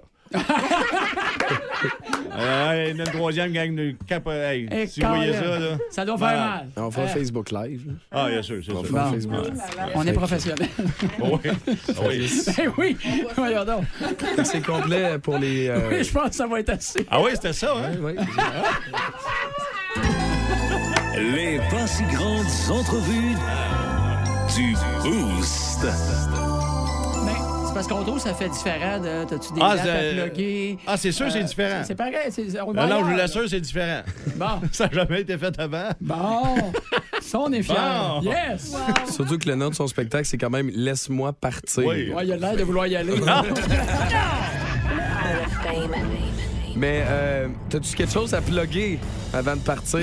Speaker 12: Euh, il y en a le troisième gang de cap. euh, Hey,
Speaker 5: Eh,
Speaker 12: si vous voyez
Speaker 5: Colin,
Speaker 12: ça, là.
Speaker 5: ça doit faire
Speaker 12: Ben,
Speaker 5: mal.
Speaker 3: on fait
Speaker 5: Euh,
Speaker 3: Facebook Live.
Speaker 12: Ah, bien sûr, c'est sûr.
Speaker 3: On fait Facebook.
Speaker 5: On est professionnels.
Speaker 12: Oui. Ah oui.
Speaker 5: Eh oui, voyons donc.
Speaker 3: C'est complet pour les. euh,
Speaker 5: Oui, je pense que ça va être assez.
Speaker 12: Ah oui, c'était ça, hein?
Speaker 3: Oui,
Speaker 15: Les pas si grandes entrevues du Boost.
Speaker 5: Ben, c'est parce qu'on trouve que ça fait différent de. T'as-tu des
Speaker 12: Ah,
Speaker 5: dates
Speaker 12: c'est-
Speaker 5: à plugger?
Speaker 12: Ah, c'est sûr, c'est différent.
Speaker 5: Euh, C'est pareil. c'est- on va
Speaker 12: Ah, non,
Speaker 5: ailleurs.
Speaker 12: je vous l'assure, c'est différent.
Speaker 5: Bon.
Speaker 12: Ça n'a jamais été fait avant.
Speaker 5: Bon. Ça, on est fiers.
Speaker 12: Bon.
Speaker 5: Yes.
Speaker 3: Surtout que le nom de son spectacle, c'est quand même Laisse-moi partir.
Speaker 12: Oui.
Speaker 5: Ouais, il a l'air de vouloir y aller.
Speaker 12: Ah.
Speaker 3: Mais euh, t'as-tu quelque chose à plugger avant de partir?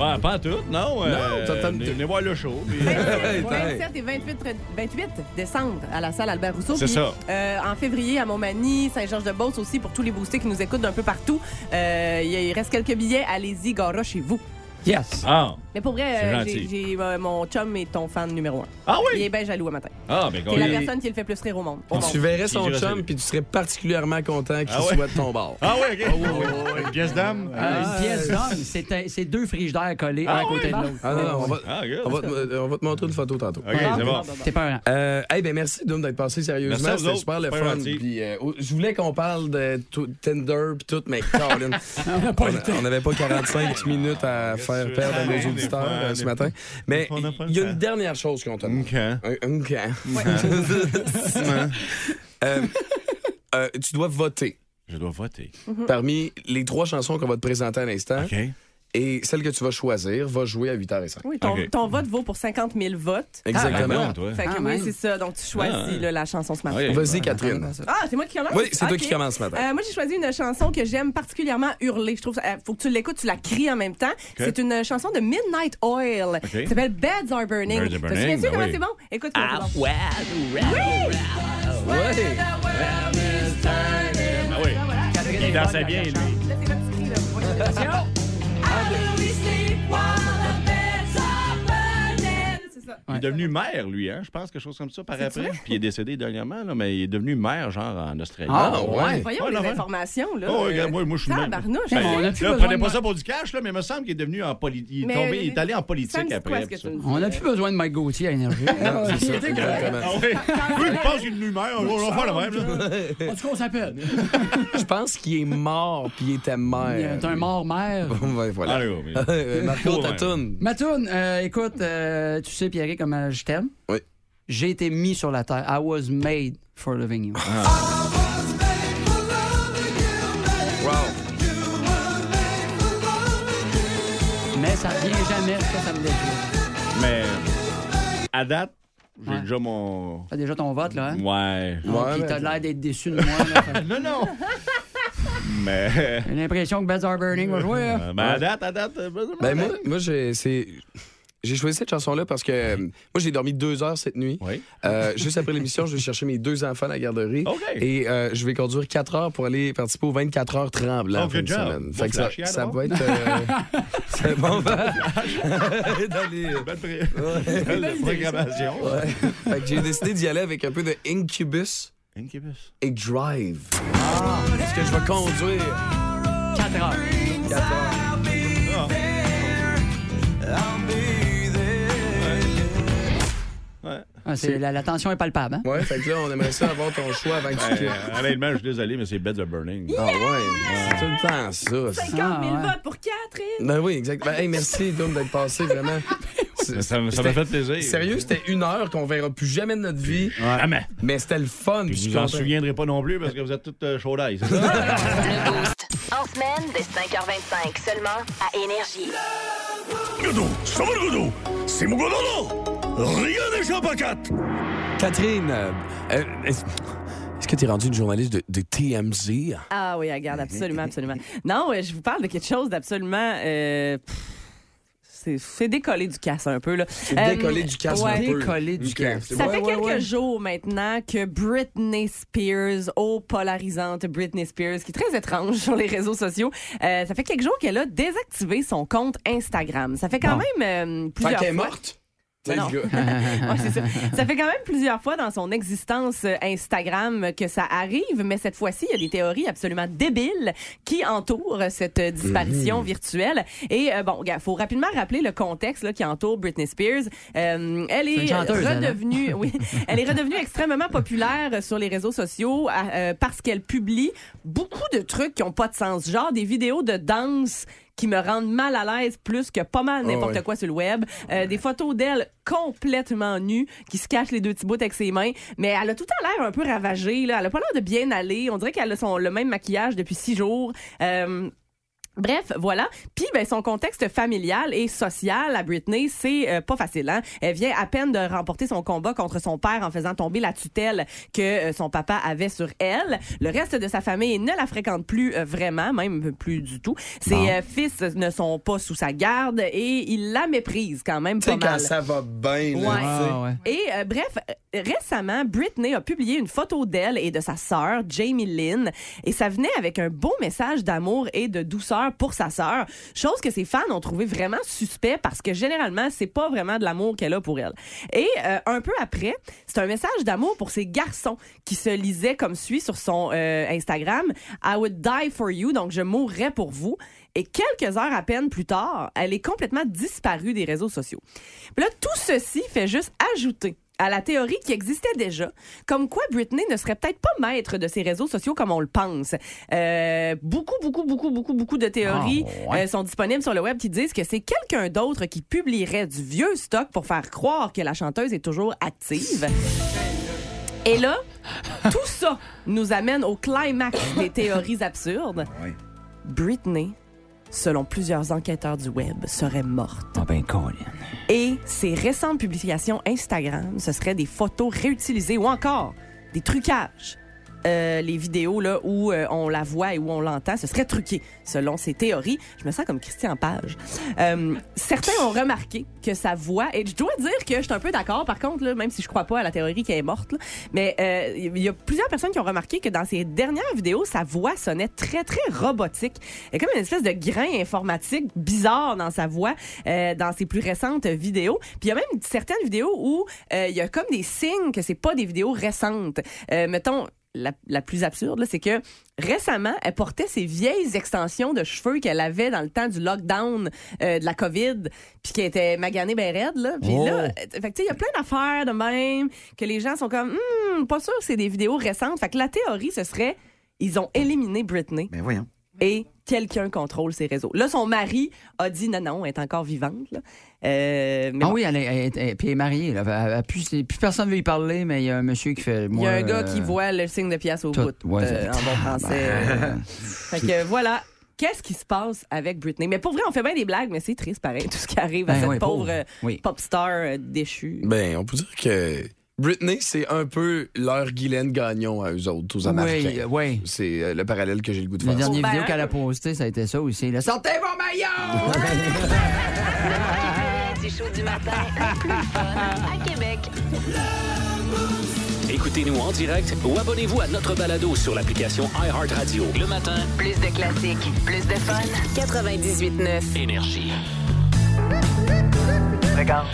Speaker 12: Ouais, pas en tout, non. euh,
Speaker 3: t'as- t'as-
Speaker 12: venez- venez voir le show. puis- euh,
Speaker 4: 27 et 28, tre- 28 décembre à la salle Albert Rousseau.
Speaker 12: C'est
Speaker 4: Puis,
Speaker 12: ça.
Speaker 4: euh, en février à Montmagny, Saint-Georges-de-Beauce aussi pour tous les boostés qui nous écoutent d'un peu partout. Euh, il il reste quelques billets. Allez-y, gara chez vous.
Speaker 5: Yes.
Speaker 12: Ah.
Speaker 4: Mais pour vrai, euh,
Speaker 12: C'est
Speaker 4: j'ai
Speaker 12: gentil.
Speaker 4: j'ai, euh, mon chum est ton fan numéro un.
Speaker 12: Ah oui?
Speaker 4: Il est bien jaloux à matin.
Speaker 12: Ah, ben,
Speaker 4: C'est la
Speaker 12: Colin.
Speaker 4: personne qui le fait plus rire au monde. Au monde.
Speaker 3: Tu verrais
Speaker 12: Il
Speaker 3: son
Speaker 12: dirait
Speaker 3: chum
Speaker 12: salut.
Speaker 3: puis tu serais particulièrement content qu'il
Speaker 12: Ah ouais?
Speaker 3: soit de ton bord.
Speaker 12: Ah oui, OK. Une pièce d'âme.
Speaker 5: Une pièce Euh, d'homme, c'est un- c'est deux frigidaires collés un à côté de l'autre.
Speaker 3: Ah non, non, on
Speaker 12: *laughs*
Speaker 3: va,
Speaker 12: Ah, good.
Speaker 3: on va te, euh, on va te montrer une photo tantôt.
Speaker 12: OK, c'est bon.
Speaker 5: T'es peurant.
Speaker 3: Euh, hey, ben merci, Doom, d'être passé
Speaker 12: Merci à
Speaker 3: sérieusement.
Speaker 12: vous
Speaker 3: C'était
Speaker 12: autres.
Speaker 3: super le
Speaker 12: Super
Speaker 3: fun.
Speaker 12: gentil.
Speaker 3: Puis, euh, je voulais qu'on parle de tout- Tinder puis tout,
Speaker 12: *laughs*
Speaker 3: mais Colin,
Speaker 5: On a pas le temps.
Speaker 3: on n'avait pas 45 minutes à faire
Speaker 12: sûr.
Speaker 3: perdre à
Speaker 12: On est
Speaker 3: nos auditeurs
Speaker 12: pas-
Speaker 3: euh,
Speaker 12: on est
Speaker 3: ce
Speaker 12: pas-
Speaker 3: matin. Mais
Speaker 12: on a pas le
Speaker 3: il y a
Speaker 12: temps.
Speaker 3: une dernière chose qu'on te demande.
Speaker 12: OK.
Speaker 3: Un- OK. *laughs* Euh, euh, tu dois voter
Speaker 12: Je dois voter.
Speaker 3: parmi les trois chansons qu'on va te présenter à l'instant.
Speaker 12: OK.
Speaker 3: Et celle que tu vas choisir va jouer à 8h05.
Speaker 4: Oui, ton,
Speaker 12: Ok.
Speaker 4: ton vote vaut pour 50 000 votes.
Speaker 3: Exactement.
Speaker 12: Ah, toi.
Speaker 4: Fait que
Speaker 5: Ah,
Speaker 4: oui,
Speaker 5: même.
Speaker 4: c'est ça. Donc, tu choisis
Speaker 12: Ah, ouais.
Speaker 4: là, la chanson ce matin.
Speaker 12: OK.
Speaker 3: Vas-y, Catherine.
Speaker 4: Ah, c'est moi qui commence?
Speaker 3: Oui, c'est toi
Speaker 4: Ok.
Speaker 3: qui commence ce matin.
Speaker 4: Euh, moi, j'ai choisi une chanson que j'aime particulièrement hurler. Je trouve ça. euh, faut que tu l'écoutes, tu la cries en même temps. C'est une euh, chanson de Midnight Oil.
Speaker 12: Ok.
Speaker 4: Ça s'appelle Beds Are Burning.
Speaker 12: Beds Are
Speaker 4: Te
Speaker 12: Burning,
Speaker 4: souviens-tu
Speaker 12: ben
Speaker 4: comment
Speaker 12: oui.
Speaker 4: c'est bon? Écoute comment c'est bon.
Speaker 3: Ouais.
Speaker 12: Ah oui. Il dansait bien, lui.
Speaker 4: Là, c'est comme tu cries, là. Ouais.
Speaker 12: Il est devenu maire, lui, hein, je pense, quelque chose comme ça, par après. Puis il est décédé dernièrement, là, mais il est devenu maire, genre, en Australie.
Speaker 4: Voyons
Speaker 12: Ouais,
Speaker 4: les
Speaker 12: là, ouais.
Speaker 4: informations, là. euh, Ah,
Speaker 12: Oh, ouais, regarde, moi, moi, je suis le même.
Speaker 4: Tabarnouche.
Speaker 12: Ben,
Speaker 4: On a plus
Speaker 12: là,
Speaker 4: besoin
Speaker 12: prenez
Speaker 4: de
Speaker 12: pas
Speaker 4: moi.
Speaker 12: ça pour du cash, là, mais il me semble qu'il est devenu en politique. Il, est
Speaker 4: Mais,
Speaker 12: tombé- il est allé en
Speaker 4: Sam,
Speaker 12: politique
Speaker 4: c'est quoi
Speaker 12: après.
Speaker 4: ce que
Speaker 12: puis ça.
Speaker 4: tu me dis?
Speaker 5: On n'a plus besoin de Mike Gauthier à Énergie.
Speaker 12: Non, c'est ça,
Speaker 5: Il était
Speaker 4: ben,
Speaker 12: exactement.
Speaker 5: correct.
Speaker 12: Ah
Speaker 4: *laughs*
Speaker 12: oui. Eux, ils pensent qu'il y a une humeur. On va faire le même, là.
Speaker 5: En tout cas, on s'appelle.
Speaker 3: Je pense qu'il est mort puis il était maire.
Speaker 5: T'es un mort-mère.
Speaker 3: Ouais, voilà.
Speaker 12: Allez,
Speaker 3: *laughs* Euh, Marco, ta toune.
Speaker 5: Matoun, euh, écoute, euh, tu sais, Pierre, comme euh, je t'aime.
Speaker 3: Oui.
Speaker 5: J'ai été mis sur la terre. I was made for loving you. Mais ça vient jamais, ça, ça me déchire.
Speaker 12: Mais à date, j'ai déjà mon.
Speaker 5: T'as déjà ton vote, là, hein?
Speaker 12: Ouais.
Speaker 5: Non, Puis t'as l'air d'être déçu de moi. là. Fait-
Speaker 12: *laughs* non, non. Mais.
Speaker 5: J'ai l'impression que Beds Are Burning va jouer. hein. là.
Speaker 12: Ben, à date, à date. euh,
Speaker 3: Ben, moi, moi j'ai, c'est- j'ai choisi cette chanson-là parce que euh, moi, j'ai dormi deux heures cette nuit. Euh, juste après l'émission, je vais chercher mes deux enfants à la garderie. Et euh, je vais conduire quatre heures pour aller participer aux 24 heures tremblant.
Speaker 12: Oh,
Speaker 3: en fin
Speaker 12: good
Speaker 3: de
Speaker 12: job.
Speaker 3: semaine.
Speaker 12: Bon
Speaker 3: Fait que ça,
Speaker 12: flash, hier,
Speaker 3: ça
Speaker 12: d'abord.
Speaker 3: va être. euh, *laughs* c'est bon, ben, *laughs* dans les-
Speaker 12: Belle pré- *laughs*
Speaker 3: Ouais.
Speaker 12: belle programmation.
Speaker 3: Ouais. Fait que j'ai décidé d'y aller avec un peu de Incubus.
Speaker 12: Incubus.
Speaker 3: Et Drive. Ah, Parce que je vais conduire.
Speaker 5: 4 heures.
Speaker 3: 4 heures.
Speaker 5: Ah, c'est- la, la tension est palpable. Hein?
Speaker 3: Ouais, fait que là, on aimerait ça avoir ton choix avant que tu
Speaker 12: Ben,
Speaker 3: quittes.
Speaker 12: honnêtement, je suis désolé, mais c'est Beds Are Burning.
Speaker 3: Ah ouais, c'est tout le temps ça.
Speaker 4: 50 000
Speaker 5: Ah, ouais.
Speaker 4: votes pour Catherine.
Speaker 3: Ben oui, exact. Ben, hey, merci, Dom, d'être passé, vraiment.
Speaker 12: Ça ça m'a
Speaker 3: C'était-
Speaker 12: fait plaisir. Ah,
Speaker 3: Sérieux, c'était une heure qu'on verra plus jamais de notre vie.
Speaker 12: Jamais.
Speaker 3: Mais c'était le fun.
Speaker 12: Puis
Speaker 3: puis
Speaker 12: vous
Speaker 3: je
Speaker 12: en
Speaker 3: comprends.
Speaker 12: souviendrez pas non plus parce que vous êtes toutes euh, chaud d'ail, c'est ça?
Speaker 1: Le Boost. En semaine, dès 5h25, seulement à Énergie.
Speaker 15: Goudou, ça va le goudou? C'est mon godono! Rien n'échappe à quatre!
Speaker 3: Catherine, euh, euh, est-ce est-ce que t'es rendue une journaliste de, de TMZ?
Speaker 4: Ah oui, regarde, absolument, absolument. Non, euh, je vous parle de quelque chose d'absolument. euh, pff, c'est- c'est décollé du casse un peu. là. Euh,
Speaker 3: C'est décollé du casse un peu.
Speaker 5: Décollé du
Speaker 3: Ok,
Speaker 5: casse.
Speaker 3: c'est
Speaker 4: Ça
Speaker 3: bon.
Speaker 4: fait
Speaker 3: Ouais, ouais,
Speaker 4: quelques
Speaker 3: ouais.
Speaker 4: jours maintenant que Britney Spears, ô polarisante Britney Spears, qui est très étrange sur les réseaux sociaux, euh, ça fait quelques jours qu'elle a désactivé son compte Instagram. Ça fait quand
Speaker 3: Bon.
Speaker 4: même euh, plusieurs
Speaker 3: Fait qu'elle est
Speaker 4: fois-
Speaker 3: morte?
Speaker 4: Mais non.
Speaker 3: Tu sais, le gars.
Speaker 4: *laughs* Ouais, c'est ça. Ça fait quand même plusieurs fois dans son existence euh, Instagram que ça arrive, mais cette fois-ci, il y a des théories absolument débiles qui entourent cette euh, disparition
Speaker 11: Mhm.
Speaker 4: virtuelle. Et euh, bon, il faut rapidement rappeler le contexte là, qui entoure Britney Spears. Euh, elle
Speaker 11: C'est
Speaker 4: est,
Speaker 11: une chanteuse, elle, hein?
Speaker 4: redevenue, oui, elle est redevenue extrêmement populaire sur les réseaux sociaux à- euh, parce qu'elle publie beaucoup de trucs qui ont pas de sens, genre des vidéos de danse qui me rendent mal à l'aise plus que pas mal
Speaker 11: Ah
Speaker 4: n'importe
Speaker 11: ouais.
Speaker 4: quoi sur le web. Euh, des photos d'elle complètement nue, qui se cache les deux petits bouts avec ses mains. Mais elle a tout à l'air un peu ravagée. Là. Elle a pas l'air de bien aller. On dirait qu'elle a son, le même maquillage depuis six jours. Euh, Bref, voilà. Puis ben, son contexte familial et social à Britney, c'est euh, pas facile. Hein? Elle vient à peine de remporter son combat contre son père en faisant tomber la tutelle que euh, son papa avait sur elle. Le reste de sa famille ne la fréquente plus euh, vraiment, même plus du tout. Ses
Speaker 3: Bon.
Speaker 4: euh, fils ne sont pas sous sa garde et il la méprise quand même
Speaker 3: Tu sais,
Speaker 4: pas
Speaker 3: quand
Speaker 4: mal.
Speaker 3: ça va bien,
Speaker 4: Ouais.
Speaker 3: là,
Speaker 4: Et euh, bref, euh, récemment, Britney a publié une photo d'elle et de sa sœur, Jamie Lynn, et ça venait avec un beau message d'amour et de douceur pour sa sœur, chose que ses fans ont trouvé vraiment suspect parce que généralement, c'est pas vraiment de l'amour qu'elle a pour elle. Et euh, un peu après, c'est un message d'amour pour ses garçons qui se lisait comme suit sur son euh, Instagram, I would die for you, donc je mourrais pour vous. Et quelques heures à peine plus tard, elle est complètement disparue des réseaux sociaux. Puis là, tout ceci fait juste ajouter à la théorie qui existait déjà, comme quoi Britney ne serait peut-être pas maître de ses réseaux sociaux comme on le pense. Euh, beaucoup, beaucoup, beaucoup, beaucoup, beaucoup de théories
Speaker 11: Ah, ouais.
Speaker 4: euh, sont disponibles sur le web qui disent que c'est quelqu'un d'autre qui publierait du vieux stock pour faire croire que la chanteuse est toujours active.
Speaker 11: *laughs*
Speaker 4: Et là, tout ça nous amène au climax des théories absurdes. Britney, selon plusieurs enquêteurs du web, serait morte.
Speaker 5: Ah ben, con,
Speaker 4: Et ses récentes publications Instagram, ce seraient des photos réutilisées ou encore des trucages euh, les vidéos là, où euh, on la voit et où on l'entend, ce serait truqué, selon ses théories. Je me sens comme Christian Page. Euh, certains ont remarqué que sa voix, et je dois dire que je suis un peu d'accord, par contre, là, même si je crois pas à la théorie qu'elle est morte, là, mais euh, il y a plusieurs personnes qui ont remarqué que dans ses dernières vidéos, sa voix sonnait très, très robotique. Il y a comme une espèce de grain informatique bizarre dans sa voix, euh, dans ses plus récentes vidéos. Puis il y a même certaines vidéos où euh, il y a comme des signes que c'est pas des vidéos récentes. Euh, mettons, la, la plus absurde, là, c'est que récemment, elle portait ses vieilles extensions de cheveux qu'elle avait dans le temps du lockdown euh, de la COVID, puis qui était maganée ben raide, là. Puis
Speaker 13: Oh.
Speaker 4: là, euh, fait que, tu sais, il y a plein d'affaires de même que les gens sont comme, Hmm, pas sûr que c'est des vidéos récentes. Fait que la théorie, ce serait, ils ont éliminé Britney.
Speaker 16: Mais Ben voyons.
Speaker 4: Et quelqu'un contrôle ses réseaux. Là, son mari a dit, non, non, elle est encore vivante, là. Euh, mais
Speaker 5: Ah
Speaker 4: bon.
Speaker 5: oui, elle est, elle est- elle est- puis elle est mariée. Là. Elle- elle- plus, c'est- plus personne veut y parler, mais il y a un monsieur qui fait.
Speaker 4: Il y a un gars qui voit le signe de pièce au
Speaker 5: euh, tout,
Speaker 4: bout,
Speaker 5: ouais,
Speaker 4: euh,
Speaker 5: ça-
Speaker 4: en
Speaker 5: *laughs*
Speaker 4: bon français. euh,
Speaker 5: ben.
Speaker 4: fait que voilà. Qu'est-ce qui se passe avec Britney? Mais pour vrai, on fait bien des blagues, mais c'est triste, pareil, tout ce qui arrive à
Speaker 3: Ben
Speaker 4: cette
Speaker 3: oui,
Speaker 4: pauvre,
Speaker 3: pauvre.
Speaker 4: euh,
Speaker 5: Oui.
Speaker 4: pop star euh, déchue.
Speaker 3: Ben, on peut dire que Britney, c'est un peu leur Guylaine Gagnon à eux autres, aux Américains.
Speaker 5: Oui,
Speaker 3: C'est euh, le parallèle que j'ai le goût de
Speaker 5: La
Speaker 3: faire.
Speaker 5: dernière vidéo qu'elle a postée, ça a été ça aussi. là. Sortez vos maillots!
Speaker 1: Du show du matin, le plus fun à Québec.
Speaker 2: Écoutez-nous en direct ou abonnez-vous à notre balado sur l'application iHeartRadio. Le matin,
Speaker 1: Plus de classiques, plus de fun. 98.9.
Speaker 2: énergie.
Speaker 7: Regarde.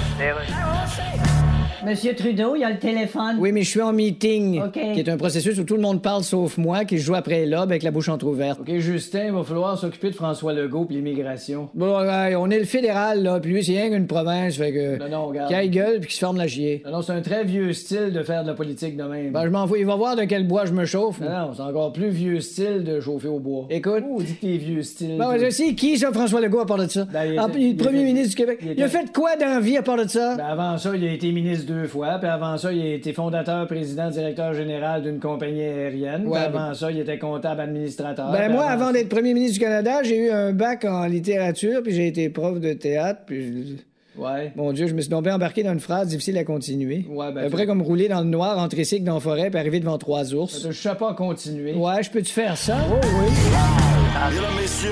Speaker 13: Monsieur Trudeau, il y a le téléphone.
Speaker 7: *laughs* Oui, mais je suis en meeting,
Speaker 13: OK.
Speaker 7: qui est un processus où tout le monde parle sauf moi, qui joue après l'aube avec la bouche entrouverte. OK, Justin, il va falloir s'occuper de François Legault puis l'immigration. Bon, ouais, on est le fédéral, là, puis lui, c'est rien qu'une province, fait que... Non, non, regarde. Qui aille gueule puis qui se forme la chier. Non, non, c'est un très vieux style de faire de la politique de même. Ben, je m'en fous, il va voir de quel bois je me chauffe. Non, non, c'est encore plus vieux style de chauffer au bois. Écoute... Oh, dit tes vieux styles. Ben, je sais, qui, ça, François Legault, à part de ça?
Speaker 10: Ben, il
Speaker 7: Ah,
Speaker 10: était-
Speaker 7: puis le
Speaker 10: il
Speaker 7: premier
Speaker 10: était-
Speaker 7: ministre du Québec.
Speaker 10: il
Speaker 7: Il a
Speaker 10: était- Ben,
Speaker 7: fait quoi dans la vie, à part de ça?
Speaker 10: avant ça, il a été ministre deux fois, puis avant ça, il a été fondateur, président, directeur général d'une compagnie aérienne.
Speaker 7: Ouais,
Speaker 10: puis avant
Speaker 7: mais-
Speaker 10: ça, il était comptable administrateur.
Speaker 7: Ben
Speaker 10: puis
Speaker 7: moi, avant d'être premier ministre du Canada, j'ai eu un bac en littérature, puis j'ai été prof de théâtre, puis... je-
Speaker 10: Ouais.
Speaker 7: Mon Dieu, je me suis tombé embarqué dans une phrase difficile à continuer. Euh,
Speaker 10: Ouais, ben,
Speaker 7: Après,
Speaker 10: fait-
Speaker 7: comme rouler dans le noir, entrer cycle dans la forêt, puis arriver devant trois ours.
Speaker 10: Je sais pas continuer. Oh,
Speaker 7: Ouais, je peux-tu faire ça?
Speaker 12: Mesdames, messieurs,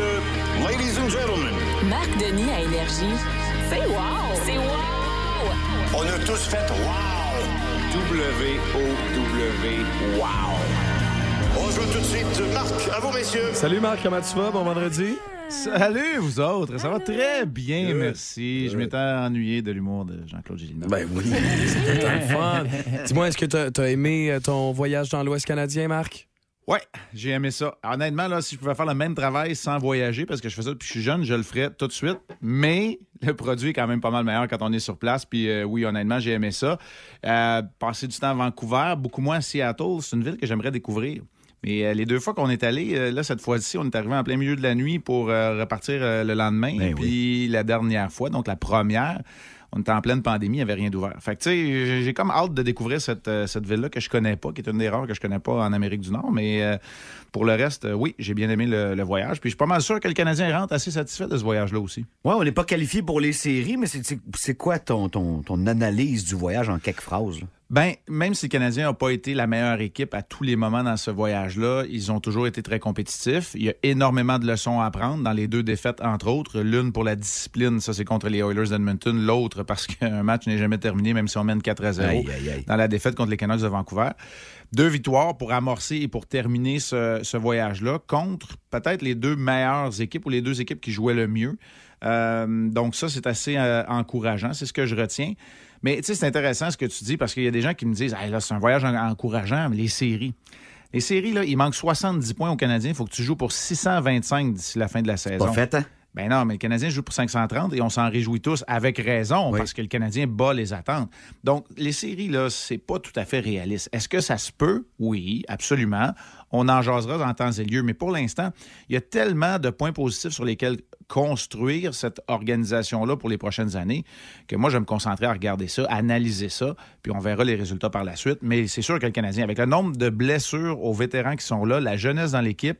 Speaker 12: ladies and gentlemen,
Speaker 1: Marc Denis à Énergie. C'est wow! C'est wow!
Speaker 12: on a tous fait wow! W-O-W, wow! On joue tout de suite Marc, à vous, messieurs.
Speaker 17: Salut Marc, comment tu vas? Bon vendredi. Salut vous autres, ça
Speaker 7: Ah.
Speaker 17: va très bien, merci. Je m'étais ennuyé de l'humour de Jean-Claude Gélina.
Speaker 3: Ben oui, c'était un fun. Dis-moi, est-ce que t'as as aimé euh, ton voyage dans l'Ouest canadien, Marc?
Speaker 17: Ouais, j'ai aimé ça. Honnêtement, là, si je pouvais faire le même travail sans voyager, parce que je fais ça depuis que je suis jeune, je le ferais tout de suite. Mais le produit est quand même pas mal meilleur quand on est sur place. Puis euh, oui, honnêtement, j'ai aimé ça. Euh, passer du temps à Vancouver, beaucoup moins à Seattle, c'est une ville que j'aimerais découvrir. Mais euh, les deux fois qu'on est allé, euh, là, cette fois-ci, on est arrivé en plein milieu de la nuit pour euh, repartir euh, le lendemain. puis la dernière fois, donc la première, on était en pleine pandémie, il n'y avait rien d'ouvert. Fait que, tu sais, j'ai- j'ai comme hâte de découvrir cette, euh, cette ville-là que je connais pas, qui est une des rares que je connais pas en Amérique du Nord. Mais euh, pour le reste, euh, oui, j'ai bien aimé le, le voyage. Puis je suis pas mal sûr que le Canadien rentre assez satisfait de ce voyage-là aussi.
Speaker 16: Ouais, on n'est pas qualifié pour les séries, mais c'est- c'est c'est quoi ton, ton, ton analyse du voyage en quelques phrases? là?
Speaker 17: Ben, même si le Canadien n'a pas été la meilleure équipe à tous les moments dans ce voyage-là, ils ont toujours été très compétitifs. Il y a énormément de leçons à apprendre dans les deux défaites, entre autres. L'une pour la discipline, ça c'est contre les Oilers d'Edmonton. L'autre parce qu'un match n'est jamais terminé, même si on mène 4 à 0
Speaker 16: Aïe, aïe, aïe.
Speaker 17: dans la défaite contre les Canucks de Vancouver. Deux victoires pour amorcer et pour terminer ce, ce voyage-là contre peut-être les deux meilleures équipes ou les deux équipes qui jouaient le mieux. Euh, donc ça, c'est assez euh, encourageant. C'est ce que je retiens. Mais tu sais, c'est intéressant ce que tu dis parce qu'il y a des gens qui me disent Ah, là, c'est un voyage en- encourageant, mais les séries. Les séries, là, il manque 70 points aux Canadiens. Il faut que tu joues pour 625 d'ici la fin de la saison.
Speaker 16: pas fait, hein?
Speaker 17: Ben non, mais le Canadien joue pour 530 et on s'en réjouit tous avec raison parce que le Canadien bat les attentes. Donc, les séries, là, c'est pas tout à fait réaliste. Est-ce que ça se peut? Oui, absolument. On en jasera en temps et lieu. Mais pour l'instant, il y a tellement de points positifs sur lesquels construire cette organisation-là pour les prochaines années que moi, je vais me concentrer à regarder ça, analyser ça, puis on verra les résultats par la suite. Mais c'est sûr que le Canadien, avec le nombre de blessures aux vétérans qui sont là, la jeunesse dans l'équipe,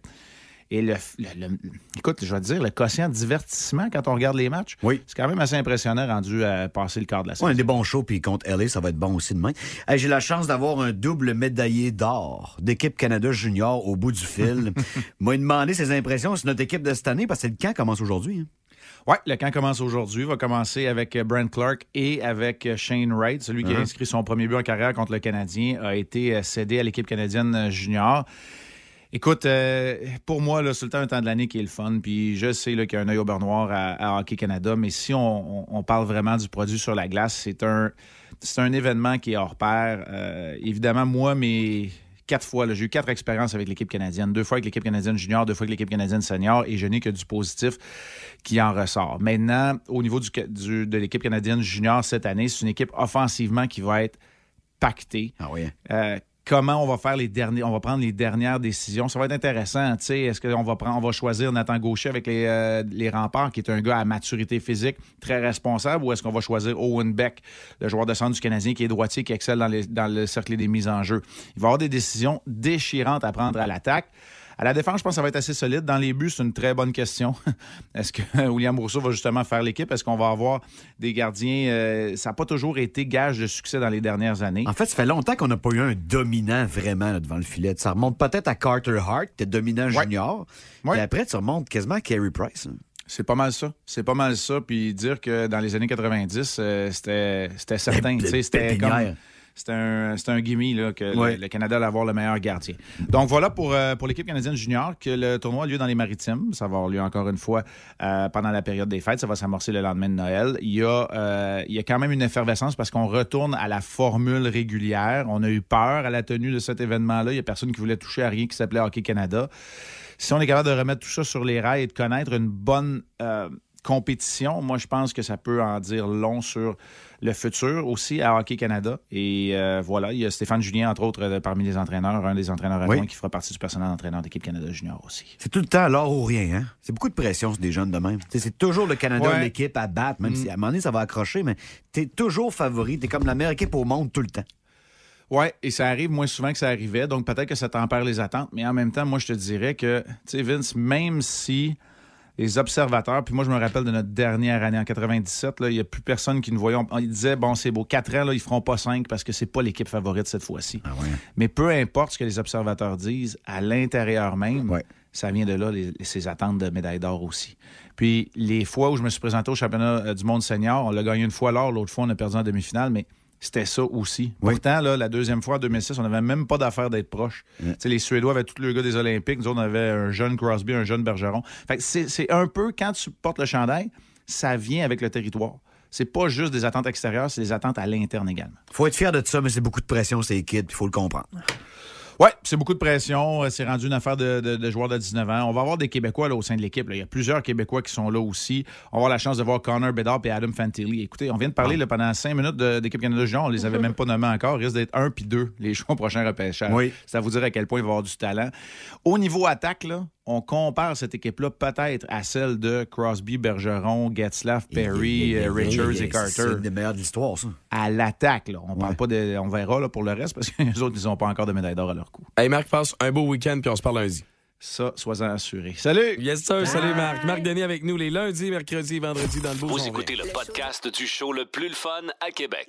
Speaker 17: Et le, le- le- écoute, je vais te dire, le quotient de divertissement quand on regarde les matchs, c'est quand même assez impressionnant rendu à passer le quart de la saison.
Speaker 18: On a des bons shows, puis contre LA, ça va être bon aussi demain. Hey, J'ai la chance d'avoir un double médaillé d'or d'équipe Canada Junior au bout du fil. M'a demandé ses impressions sur notre équipe de cette année, parce que le camp commence aujourd'hui. hein.
Speaker 17: Oui, le camp commence aujourd'hui. va commencer avec euh, Brent Clark et avec euh, Shane Wright. Celui qui a
Speaker 18: Mhm.
Speaker 17: inscrit son premier but en carrière contre le Canadien a été euh, cédé à l'équipe canadienne euh, junior. Écoute, euh, pour moi, là, c'est le temps, un temps de l'année qui est le fun. Puis je sais là, qu'il y a un œil au beurre noir à, à Hockey Canada, mais si on, on- on parle vraiment du produit sur la glace, c'est un, c'est un événement qui est hors pair. Euh, évidemment, moi, mes quatre fois, là, j'ai eu quatre expériences avec l'équipe canadienne. Deux fois avec l'équipe canadienne junior, deux fois avec l'équipe canadienne senior, et je n'ai que du positif qui en ressort. Maintenant, au niveau du, du- de l'équipe canadienne junior cette année, c'est une équipe offensivement qui va être pactée. Euh, comment on va faire les derniers, on va prendre les dernières décisions. Ça va être intéressant. tu sais. Est-ce qu'on va prendre, on va choisir Nathan Gaucher avec les, euh, les remparts, qui est un gars à maturité physique très responsable, ou est-ce qu'on va choisir Owen Beck, le joueur de centre du Canadien qui est droitier, qui excelle dans, les- dans le cercle des mises en jeu. Il va y avoir des décisions déchirantes à prendre à l'attaque. À la défense, je pense que ça va être assez solide. Dans les buts, c'est une très bonne question. *laughs* Est-ce que *laughs* William Rousseau va justement faire l'équipe? Est-ce qu'on va avoir des gardiens? euh, ça n'a pas toujours été gage de succès dans les dernières années.
Speaker 18: En fait, ça fait longtemps qu'on n'a pas eu un dominant vraiment là, devant le filet. Ça remonte peut-être à Carter Hart, qui était dominant junior. Et après, tu remontes quasiment à Carey Price. hein.
Speaker 17: C'est pas mal ça. C'est pas mal ça. Puis dire que dans les années 90, euh, c'était c'était certain. tu sais, C'était
Speaker 18: pépinière.
Speaker 17: comme- c'était un, c'était un gimme là, que le-
Speaker 18: Ouais.
Speaker 17: le, Canada allait avoir le meilleur gardien. Donc voilà pour, euh, pour l'équipe canadienne junior que le tournoi a lieu dans les maritimes. Ça va avoir lieu encore une fois euh, pendant la période des fêtes. Ça va s'amorcer le lendemain de Noël. Il y a, euh, il y a quand même une effervescence parce qu'on retourne à la formule régulière. On a eu peur à la tenue de cet événement-là. Il n'y a personne qui voulait toucher à rien qui s'appelait Hockey Canada si on est capable de remettre tout ça sur les rails et de connaître une bonne euh, compétition, moi, je pense que ça peut en dire long sur le futur aussi à Hockey Canada. Et euh, voilà, il y a Stéphane Julien, entre autres, euh, parmi les entraîneurs, un des entraîneurs à
Speaker 18: Oui.
Speaker 17: Rouen qui fera partie du personnel d'entraîneur d'équipe Canada Junior aussi.
Speaker 18: C'est tout le temps l'or ou rien. Hein? C'est beaucoup de pression sur des jeunes de même. T'sais, C'est toujours le Canada,
Speaker 17: Ouais.
Speaker 18: l'équipe à battre, même
Speaker 17: Mm.
Speaker 18: si à un moment donné, ça va accrocher, mais t'es toujours favori. T'es comme la meilleure équipe au monde tout le temps.
Speaker 17: Oui, et ça arrive moins souvent que ça arrivait, donc peut-être que ça tempère les attentes, mais en même temps, moi, je te dirais que, tu sais, Vince, même si les observateurs, puis moi, je me rappelle de notre dernière année en 97, là, il n'y a plus personne qui nous voyait. On- Ils disaient, bon, c'est beau, quatre ans, là, ils feront pas cinq parce que c'est pas l'équipe favorite cette fois-ci. Mais peu importe ce que les observateurs disent, à l'intérieur même, ça vient de là, les- ces attentes de médaille d'or aussi. Puis les fois où je me suis présenté au championnat euh, du monde senior, on l'a gagné une fois l'or, l'autre fois, on a perdu en demi-finale, mais c'était ça aussi. Pourtant, là, la deuxième fois, en 2006, on n'avait même pas d'affaire d'être proche. Tu sais, Les Suédois avaient tous les gars des Olympiques. Nous, autres, on avait un jeune Crosby, un jeune Bergeron. Fait que c'est c'est un peu, quand tu portes le chandail, ça vient avec le territoire. C'est pas juste des attentes extérieures, c'est des attentes à l'interne également.
Speaker 18: Faut être fier de ça, mais c'est beaucoup de pression, ces kids, puis faut le comprendre.
Speaker 17: Oui, c'est beaucoup de pression. Euh, C'est rendu une affaire de, de- de joueurs de 19 ans. On va avoir des Québécois là, au sein de l'équipe. là. Il y a plusieurs Québécois qui sont là aussi. On va avoir la chance de voir Connor Bedard et Adam Fantilli. Écoutez, on vient de parler là, pendant cinq minutes de- d'équipe Canada Junior. On les avait même pas nommés encore. Il risque d'être un puis deux les joueurs au prochain repêchage.
Speaker 18: Oui.
Speaker 17: Ça vous dire à quel point il va y avoir du talent. Au niveau attaque, là, on compare cette équipe-là peut-être à celle de Crosby, Bergeron, *laughs* Getzlaff, Perry, euh, Richards et Carter
Speaker 18: C'est une des meilleures de l'histoire, ça.
Speaker 17: à l'attaque. là. On parle pas de, on verra là, pour le reste parce que *laughs* les autres, ils n'ont pas encore de médaille d'or à leur coup.
Speaker 3: Hey, Marc, passe un beau week-end, puis on se parle lundi.
Speaker 17: Ça, sois-en assuré. Salut!
Speaker 3: Yes, sir. Salut, Marc. Marc Denis avec nous les lundis, mercredis et vendredis dans le beau
Speaker 2: Vous
Speaker 3: on
Speaker 2: écoutez le podcast du show le plus le fun à Québec.